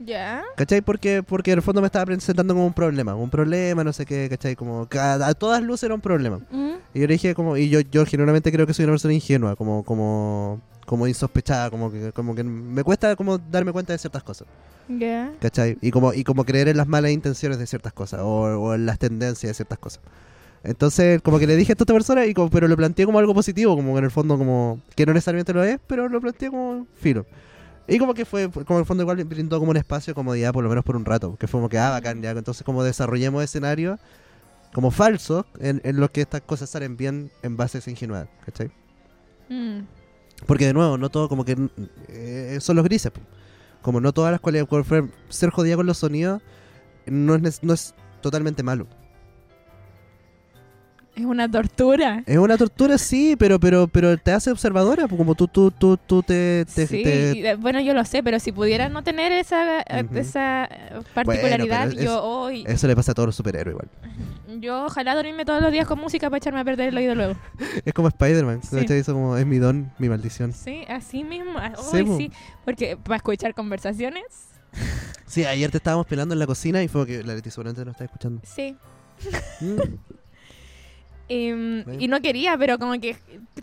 Speaker 3: ¿Ya?
Speaker 1: ¿Cachai? Porque, porque en el fondo me estaba presentando como un problema, un problema, no sé qué, ¿cachai? Como que a, a todas luces era un problema.
Speaker 3: Mm.
Speaker 1: Y yo le dije como, y yo, yo generalmente creo que soy una persona ingenua, como, como, como insospechada, como que, como que me cuesta como darme cuenta de ciertas cosas,
Speaker 3: ¿Ya?
Speaker 1: ¿cachai? Y como, y como creer en las malas intenciones de ciertas cosas, o, o en las tendencias de ciertas cosas. Entonces, como que le dije esto a esta persona, y como, pero lo planteé como algo positivo, como que en el fondo como, que no necesariamente lo es, pero lo planteé como filo. Y como que fue, como en el fondo igual brindó como un espacio de comodidad, por lo menos por un rato, que fue como que, ah, bacán, ya, entonces como desarrollemos escenarios como falsos en, en los que estas cosas salen bien en base a esa ingenuidad, ¿cachai?
Speaker 3: Mm.
Speaker 1: Porque de nuevo, no todo como que eh, son los grises, po. como no todas las cualidades, por ejemplo, ser jodida con los sonidos no es, nec- no es totalmente malo.
Speaker 3: Es una tortura.
Speaker 1: Es una *laughs* tortura, sí, pero pero pero te hace observadora, po, como tú tú tú, tú te, te-
Speaker 3: sí,
Speaker 1: te-
Speaker 3: y, eh, bueno, yo lo sé, pero si pudiera no tener esa, eh,
Speaker 1: Ujú.
Speaker 3: esa eh, particularidad,
Speaker 1: pero es-
Speaker 3: yo hoy,
Speaker 1: Eso le pasa a todos los superhéroes igual.
Speaker 3: yo ojalá dormirme todos los días con música para echarme a perder el oído luego.
Speaker 1: Es como Spider-Man,
Speaker 3: Sí.
Speaker 1: ¿cachai? Eso como es mi don, mi maldición.
Speaker 3: Sí, así mismo. ah,
Speaker 1: Sí,
Speaker 3: Hoy
Speaker 1: po.
Speaker 3: sí, porque para escuchar conversaciones,
Speaker 1: Sí, ayer te estábamos pelando en la cocina y fue que la Leticia seguramente no está escuchando.
Speaker 3: sí.
Speaker 1: Mm.
Speaker 3: Em,
Speaker 1: Bueno.
Speaker 3: y no quería, pero como que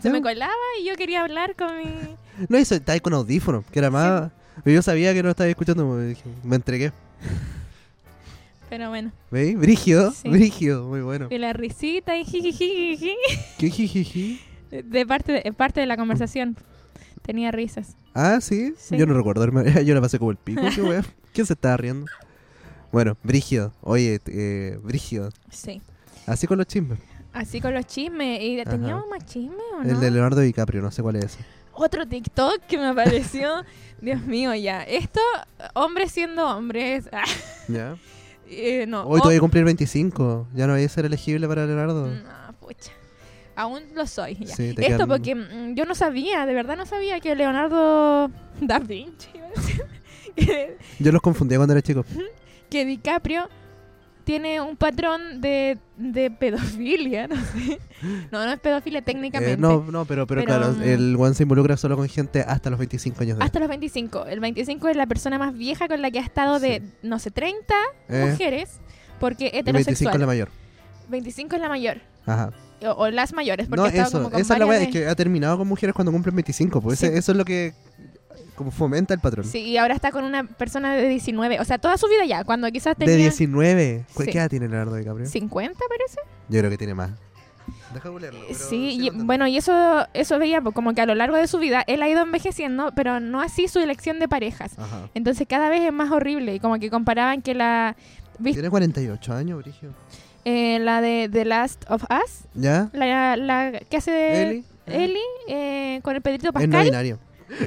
Speaker 3: se
Speaker 1: Ya.
Speaker 3: me colaba y yo quería hablar con mi...
Speaker 1: No, hizo, estaba ahí con audífonos, que era más... Yo sabía que no estaba escuchando, me, dije, me entregué.
Speaker 3: Pero bueno,
Speaker 1: ¿Veis? Brígido,
Speaker 3: Sí.
Speaker 1: brígido, muy bueno.
Speaker 3: y la risita y jijijiji
Speaker 1: ¿Qué jijiji?
Speaker 3: de- de parte de, parte de la conversación. Tenía risas.
Speaker 1: Ah, ¿sí?
Speaker 3: Sí.
Speaker 1: Yo no recuerdo, hermano. *laughs* yo la pasé como el pico, qué
Speaker 3: *laughs*
Speaker 1: wea. ¿Quién se estaba riendo? Bueno, brígido, oye, eh, brígido.
Speaker 3: Sí.
Speaker 1: Así con los chismes.
Speaker 3: Así con los chismes. ¿Y
Speaker 1: Ajá.
Speaker 3: teníamos más chismes o no?
Speaker 1: El de Leonardo DiCaprio, no sé cuál es ese.
Speaker 3: Otro TikTok que me apareció. *laughs* Dios mío, ya. Esto, hombres siendo hombres. *laughs* Ah,
Speaker 1: ¿Ya?
Speaker 3: eh, no.
Speaker 1: Hoy
Speaker 3: hom-
Speaker 1: te voy a cumplir 25, ya no voy a ser elegible para Leonardo.
Speaker 3: No, Ah, pucha. Aún lo soy. ya.
Speaker 1: Sí, te
Speaker 3: Esto
Speaker 1: quedan-
Speaker 3: porque mm, yo no sabía, de verdad no sabía que Leonardo *laughs* da Vinci, iba a decir, *laughs* que,
Speaker 1: Yo los confundía cuando era chico. Eh,
Speaker 3: que DiCaprio tiene un patrón de, de pedofilia, *laughs* no sé. No, no es pedofilia técnicamente.
Speaker 1: Eh, no, no, pero, pero,
Speaker 3: Pero,
Speaker 1: claro,
Speaker 3: mm.
Speaker 1: el one se involucra solo con gente hasta los 25 años de edad.
Speaker 3: Hasta los 25. El 25 es la persona más vieja con la que ha estado de,
Speaker 1: Sí.
Speaker 3: no sé, 30
Speaker 1: Eh,
Speaker 3: mujeres, porque
Speaker 1: y 25 es
Speaker 3: heterosexual.
Speaker 1: la mayor.
Speaker 3: 25 es la mayor.
Speaker 1: Ajá.
Speaker 3: O, o las mayores, porque
Speaker 1: No,
Speaker 3: ha estado
Speaker 1: eso,
Speaker 3: como con
Speaker 1: esa es la
Speaker 3: varias
Speaker 1: weá, es
Speaker 3: de-
Speaker 1: que ha terminado con mujeres cuando cumplen 25, pues
Speaker 3: Sí.
Speaker 1: ese- eso es lo que como fomenta el patrón.
Speaker 3: Sí, y ahora está con una persona de 19. O sea, toda su vida ya, cuando quizás tenía...
Speaker 1: De 19. ¿Cu-
Speaker 3: Sí.
Speaker 1: ¿Qué edad tiene Leonardo DiCaprio?
Speaker 3: 50 parece.
Speaker 1: Yo creo que tiene más. Deja googlearlo, pero
Speaker 3: Eh, sí, y-
Speaker 1: sigo teniendo.
Speaker 3: bueno, y eso eso veía pues, como que a lo largo de su vida él ha ido envejeciendo, pero no así su elección de parejas.
Speaker 1: Ajá.
Speaker 3: Entonces cada vez es más horrible y como que comparaban que la vis-
Speaker 1: Tiene 48 años, Brigio.
Speaker 3: eh, la de The Last of Us,
Speaker 1: ¿Ya?
Speaker 3: la, la que hace de
Speaker 1: Eli.
Speaker 3: Ellie, eh, con el Pedrito
Speaker 1: Es no
Speaker 3: Pascal.
Speaker 1: binario.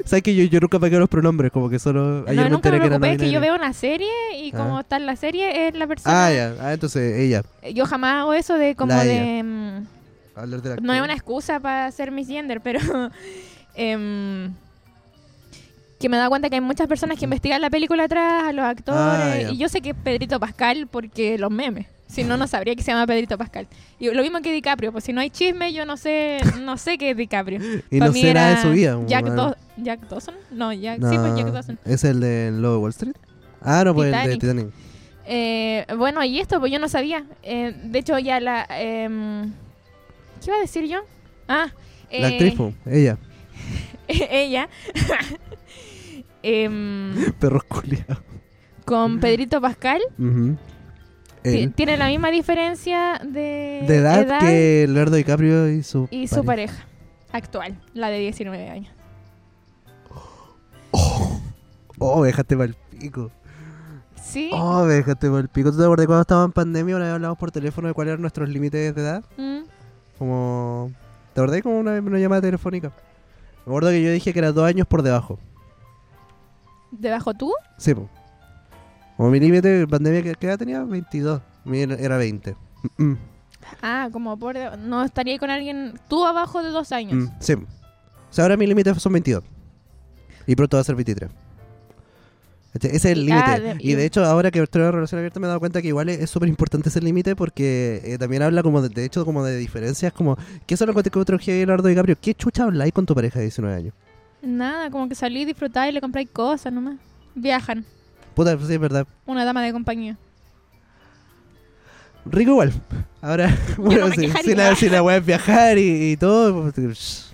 Speaker 1: ¿Sabes que yo, yo nunca pagué los pronombres? Como que solo.
Speaker 3: no,
Speaker 1: Ayer me
Speaker 3: nunca
Speaker 1: enteré
Speaker 3: me
Speaker 1: que era no
Speaker 3: preocupé, es que yo
Speaker 1: binario.
Speaker 3: veo una serie y
Speaker 1: Ah.
Speaker 3: como está en la serie es la persona...
Speaker 1: Ah, ya. Ah, entonces ella.
Speaker 3: Yo jamás hago eso de como
Speaker 1: La ella.
Speaker 3: de... mm,
Speaker 1: Hablar de la
Speaker 3: no es
Speaker 1: actriz.
Speaker 3: una excusa para hacer misgender, pero *laughs* em, que me da cuenta que hay muchas personas que investigan la película atrás, a los actores,
Speaker 1: Ah, ya.
Speaker 3: y yo sé que es Pedrito Pascal porque los memes. Si no, no sabría que se llama Pedrito Pascal. Y lo mismo que DiCaprio, pues si no hay chisme, yo no sé, no sé qué es DiCaprio.
Speaker 1: *laughs* Y
Speaker 3: Pa'
Speaker 1: no
Speaker 3: mí
Speaker 1: sé nada de
Speaker 3: era
Speaker 1: su vida. como,
Speaker 3: Jack,
Speaker 1: ah,
Speaker 3: Do- Jack Dawson. No, Jack,
Speaker 1: no.
Speaker 3: sí, pues Jack Dawson.
Speaker 1: ¿Es el de Lobo de Wall Street? Ah, no, pues el de Titanic.
Speaker 3: Eh, bueno, y esto, pues yo no sabía. Eh, de hecho, ya la... em, ¿Qué iba a decir yo? Ah,
Speaker 1: La
Speaker 3: eh,
Speaker 1: actriz, pues. po, ella.
Speaker 3: *laughs* ella em,
Speaker 1: Perros
Speaker 3: *laughs*
Speaker 1: culiados.
Speaker 3: con Pedrito Pascal
Speaker 1: Ujú.
Speaker 3: ti-
Speaker 1: Él.
Speaker 3: tiene la misma diferencia de,
Speaker 1: De edad, que Leonardo DiCaprio y su
Speaker 3: y su pareja actual, la de 19 años.
Speaker 1: Oh, déjate para el pico.
Speaker 3: Sí.
Speaker 1: Oh, déjate para el pico. ¿Tú te acuerdas cuando estábamos en pandemia? Una vez hablamos por teléfono de cuáles eran nuestros límites de edad.
Speaker 3: mm,
Speaker 1: Como. ¿Te acordás como una, una llamada telefónica? Me acuerdo que yo dije que era dos años por debajo.
Speaker 3: ¿Debajo tú?
Speaker 1: Sí, po. Como mi límite en pandemia, ¿qué, qué edad tenía? 22. Mi era- era 20. Mm, mm,
Speaker 3: Ah, como por deba- no estaría con alguien tú abajo de dos
Speaker 1: mm,
Speaker 3: años.
Speaker 1: sí. O sea, ahora mi límite son 22. Y pronto va a ser 23. Este- Ese es el
Speaker 3: Y- ah,
Speaker 1: límite.
Speaker 3: de-
Speaker 1: Y de
Speaker 3: y-
Speaker 1: hecho, ahora que estoy en relación abierta, me he dado cuenta que igual es es súper importante ese límite porque eh, también habla como de, de hecho como de diferencias, como ¿qué son los cuentos que otro Leonardo DiCaprio? ¿Qué chucha habláis con tu pareja de 19 años?
Speaker 3: Nada, como que salí, disfrutáis y le compráis cosas nomás. Viajan.
Speaker 1: Puta, sí, es verdad.
Speaker 3: Una dama de compañía.
Speaker 1: Rico igual. *laughs* Ahora, bueno,
Speaker 3: me
Speaker 1: si,
Speaker 3: quejaría.
Speaker 1: si la, si la weá es viajar y, y todo. pues,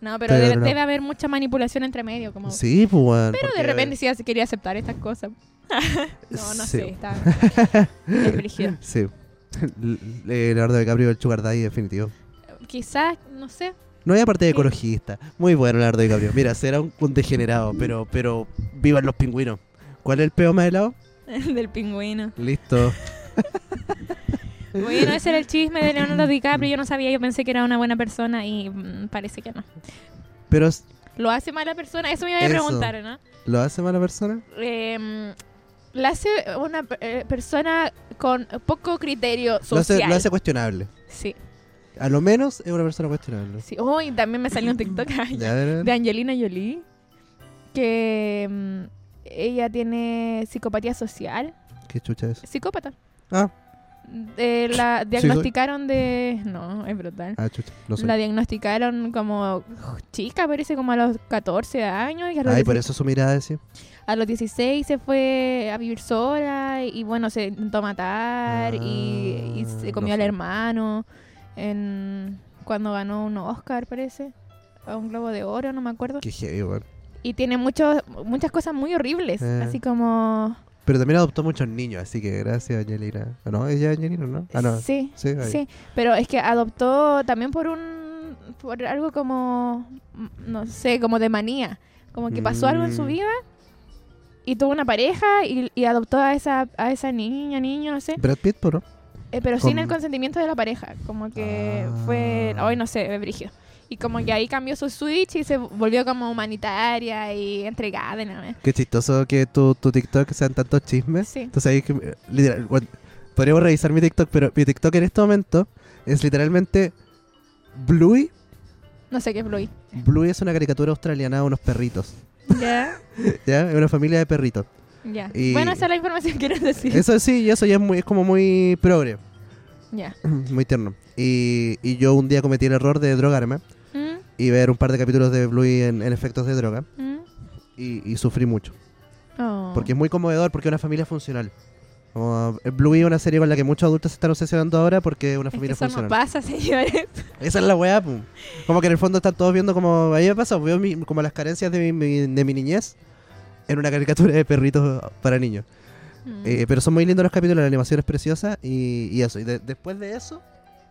Speaker 3: No, pero,
Speaker 1: Pero
Speaker 3: debe,
Speaker 1: no.
Speaker 3: debe haber mucha manipulación entre medio. Como...
Speaker 1: Sí, pues, weón,
Speaker 3: pero de
Speaker 1: porque-
Speaker 3: repente sí ya se quería aceptar estas cosas. *laughs* No, no
Speaker 1: Sí.
Speaker 3: sé, está. es brígido.
Speaker 1: *laughs* Sí. *laughs* L- eh, Leonardo DiCaprio, el Sugar Daddy, definitivo.
Speaker 3: Quizás, no sé.
Speaker 1: No hay aparte de
Speaker 3: Sí.
Speaker 1: ecologista. Muy bueno, Leonardo DiCaprio. Mira, será un, un degenerado, pero, pero vivan los pingüinos. ¿Cuál es el peo más helado?
Speaker 3: *laughs* Del pingüino.
Speaker 1: Listo.
Speaker 3: Bueno, ese era el chisme de Leonardo DiCaprio. Yo no sabía, yo pensé que era una buena persona y mm, parece que no.
Speaker 1: Pero s-
Speaker 3: ¿Lo hace mala persona? Eso me iba a
Speaker 1: Eso.
Speaker 3: preguntar, ¿no?
Speaker 1: ¿lo hace mala persona?
Speaker 3: Eh, ¿La hace una eh, persona con poco criterio
Speaker 1: Lo hace,
Speaker 3: social?
Speaker 1: lo hace cuestionable.
Speaker 3: Sí,
Speaker 1: A lo menos es una persona
Speaker 3: *laughs*
Speaker 1: cuestionable.
Speaker 3: sí. Uy, también me salió un TikTok. ay,
Speaker 1: *laughs* Ya, a ver, a ver.
Speaker 3: de Angelina Jolie que mm, ella tiene psicopatía social,
Speaker 1: ¿Qué chucha es?
Speaker 3: psicópata.
Speaker 1: Ah.
Speaker 3: De la diagnosticaron de no, es brutal.
Speaker 1: Ah, chucha. No sé.
Speaker 3: La diagnosticaron como chica, parece como a los 14 años y a los,
Speaker 1: Ay, por
Speaker 3: 16
Speaker 1: eso su mirada, sí.
Speaker 3: a los 16 se fue a vivir sola y bueno, se intentó matar y, y
Speaker 1: Ah,
Speaker 3: se comió
Speaker 1: no
Speaker 3: al
Speaker 1: sé.
Speaker 3: hermano en cuando ganó un Oscar, parece, o un Globo de Oro, no me acuerdo.
Speaker 1: Qué heavy, weón.
Speaker 3: Y tiene muchos, muchas cosas muy horribles.
Speaker 1: Eh.
Speaker 3: Así como.
Speaker 1: Pero también adoptó muchos niños, así que gracias, Angelina. ¿O no? ¿Ella es Angelina, no? Ah, no.
Speaker 3: Sí,
Speaker 1: Sí, ahí.
Speaker 3: sí. Pero es que adoptó también por un. por algo como. mm, no sé, como de manía. Como que pasó algo en su
Speaker 1: Mm.
Speaker 3: vida y tuvo una pareja y, y adoptó a esa, a esa niña, niño, no sé.
Speaker 1: Brad Pitt, ¿por no?
Speaker 3: Eh, pero sin
Speaker 1: Con-
Speaker 3: el consentimiento de la pareja. Como que
Speaker 1: Ah.
Speaker 3: fue. Hoy no sé, brigio. Y como que ahí cambió su switch y se volvió como humanitaria y entregada. y nada más.
Speaker 1: Qué chistoso que tu, tu TikTok sean tantos chismes.
Speaker 3: Sí.
Speaker 1: Entonces ahí, que, eh, literal, bueno, podríamos revisar mi TikTok, pero mi TikTok en este momento es literalmente Bluey.
Speaker 3: No sé qué es Bluey.
Speaker 1: Bluey es una caricatura australiana de unos perritos,
Speaker 3: Ya.
Speaker 1: ¿ya? Es una familia de perritos.
Speaker 3: Ya.
Speaker 1: Y-
Speaker 3: Bueno, esa es la información que nos decir.
Speaker 1: Eso sí, y eso ya es, muy, es como muy progre,
Speaker 3: Ya.
Speaker 1: muy tierno. Y, y yo un día cometí el error de drogarme
Speaker 3: Mm,
Speaker 1: y ver un par de capítulos de Bluey en, en efectos de droga
Speaker 3: mm.
Speaker 1: y, y sufrí mucho.
Speaker 3: Oh.
Speaker 1: Porque es muy conmovedor, porque es una familia funcional. Como, eh, Bluey es una serie con la que muchos adultos se están obsesionando ahora porque es una
Speaker 3: Es que
Speaker 1: familia
Speaker 3: eso
Speaker 1: funcional.
Speaker 3: no pasa, *laughs* señores.
Speaker 1: Esa es la weá, pum. Como que en el fondo están todos viendo como... A mí me pasa, veo mi- como las carencias de mi, mi- de mi niñez en una caricatura de perritos para niños.
Speaker 3: Mm.
Speaker 1: Eh, pero son muy lindos los capítulos, la animación es preciosa y, y eso. Y de- después de eso,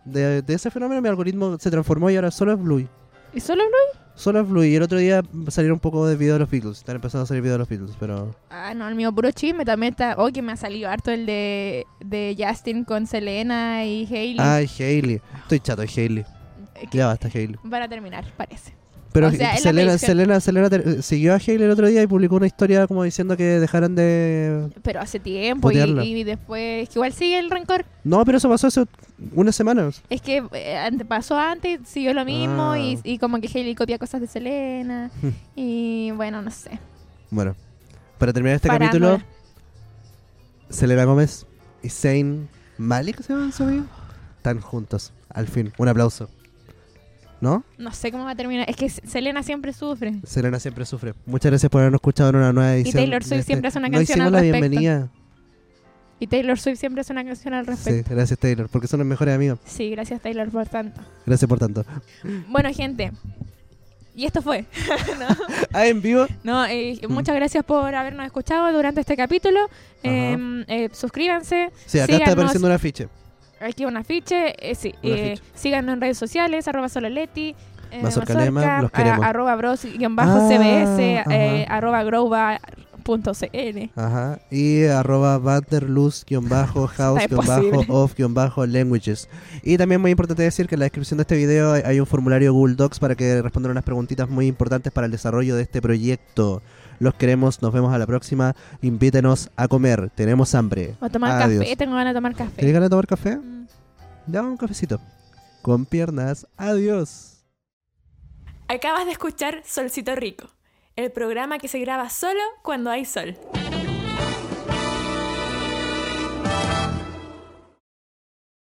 Speaker 1: de, de ese fenómeno, mi algoritmo se transformó y ahora solo es Bluey.
Speaker 3: ¿Y solo Bluey?
Speaker 1: Solo es Bluey. Y el otro día salieron un poco de video de los Beatles. Están empezando a salir videos de los Beatles, pero...
Speaker 3: Ah, no, el mío puro chisme también está. Hoy que me ha salido harto el de, de Justin con Selena y Hailey.
Speaker 1: Ay, Hailey. Estoy chato de Hailey.
Speaker 3: Eh, que
Speaker 1: Ya basta, Hailey.
Speaker 3: Van a terminar, parece.
Speaker 1: Pero
Speaker 3: O sea, es la
Speaker 1: Selena,
Speaker 3: predicción.
Speaker 1: Selena, Selena ter- eh, siguió a Hailey el otro día y publicó una historia como diciendo que dejaran de...
Speaker 3: Pero hace tiempo y,
Speaker 1: Putearla.
Speaker 3: y después. Que igual sigue el rencor.
Speaker 1: No, pero eso pasó hace unas semanas.
Speaker 3: Es que eh, ante- pasó antes, siguió lo mismo
Speaker 1: Ah.
Speaker 3: y, y como que Hailey copia cosas de Selena.
Speaker 1: Hmm.
Speaker 3: y bueno, no sé.
Speaker 1: Bueno, para terminar este
Speaker 3: Parándola.
Speaker 1: capítulo, Selena Gómez y Zayn Malik, ¿se llaman su amigo? Están juntos, al fin. Un aplauso. ¿No?
Speaker 3: No sé cómo va a terminar. Es que Selena siempre sufre.
Speaker 1: Selena siempre sufre. Muchas gracias por habernos escuchado en una nueva edición.
Speaker 3: Taylor
Speaker 1: de este
Speaker 3: Swift siempre hace una
Speaker 1: No
Speaker 3: canción
Speaker 1: hicimos
Speaker 3: al
Speaker 1: la
Speaker 3: respecto.
Speaker 1: bienvenida.
Speaker 3: Y Taylor Swift siempre hace una canción al
Speaker 1: Sí,
Speaker 3: respecto.
Speaker 1: gracias Taylor, porque son los mejores amigos.
Speaker 3: Sí, gracias Taylor por tanto.
Speaker 1: Gracias por tanto. *laughs*
Speaker 3: Bueno, gente. Y esto fue.
Speaker 1: Ah, en vivo.
Speaker 3: No, eh,
Speaker 1: Mm.
Speaker 3: muchas gracias por habernos escuchado durante este capítulo. Eh, eh, suscríbanse.
Speaker 1: Sí, acá está
Speaker 3: síganos.
Speaker 1: apareciendo un afiche.
Speaker 3: Aquí un afiche. eh, sí,
Speaker 1: Un
Speaker 3: eh,
Speaker 1: afiche.
Speaker 3: síganos en redes sociales, arroba sololeti. eh,
Speaker 1: Mazorca Lema,
Speaker 3: Mazorca,
Speaker 1: los queremos.
Speaker 3: a- arroba bros-cbs,
Speaker 1: Ah,
Speaker 3: eh, arroba growbar.cl.
Speaker 1: Ajá. Y arroba banderluz guión bajo, house, guión bajo,
Speaker 3: imposible.
Speaker 1: off, guión bajo, languages. Y también muy importante decir que en la descripción de este video hay- hay un formulario Google Docs para que respondan unas preguntitas muy importantes para el desarrollo de este proyecto. Los queremos, nos vemos a la próxima. Invítenos a comer, tenemos hambre.
Speaker 3: O tomar
Speaker 1: Adiós.
Speaker 3: café, tengo ganas de tomar café.
Speaker 1: ¿Tienes ganas de tomar café?
Speaker 3: Mm.
Speaker 1: Dame un cafecito. Con piernas, adiós.
Speaker 6: Acabas de escuchar Solcito Rico, el programa que se graba solo cuando hay sol.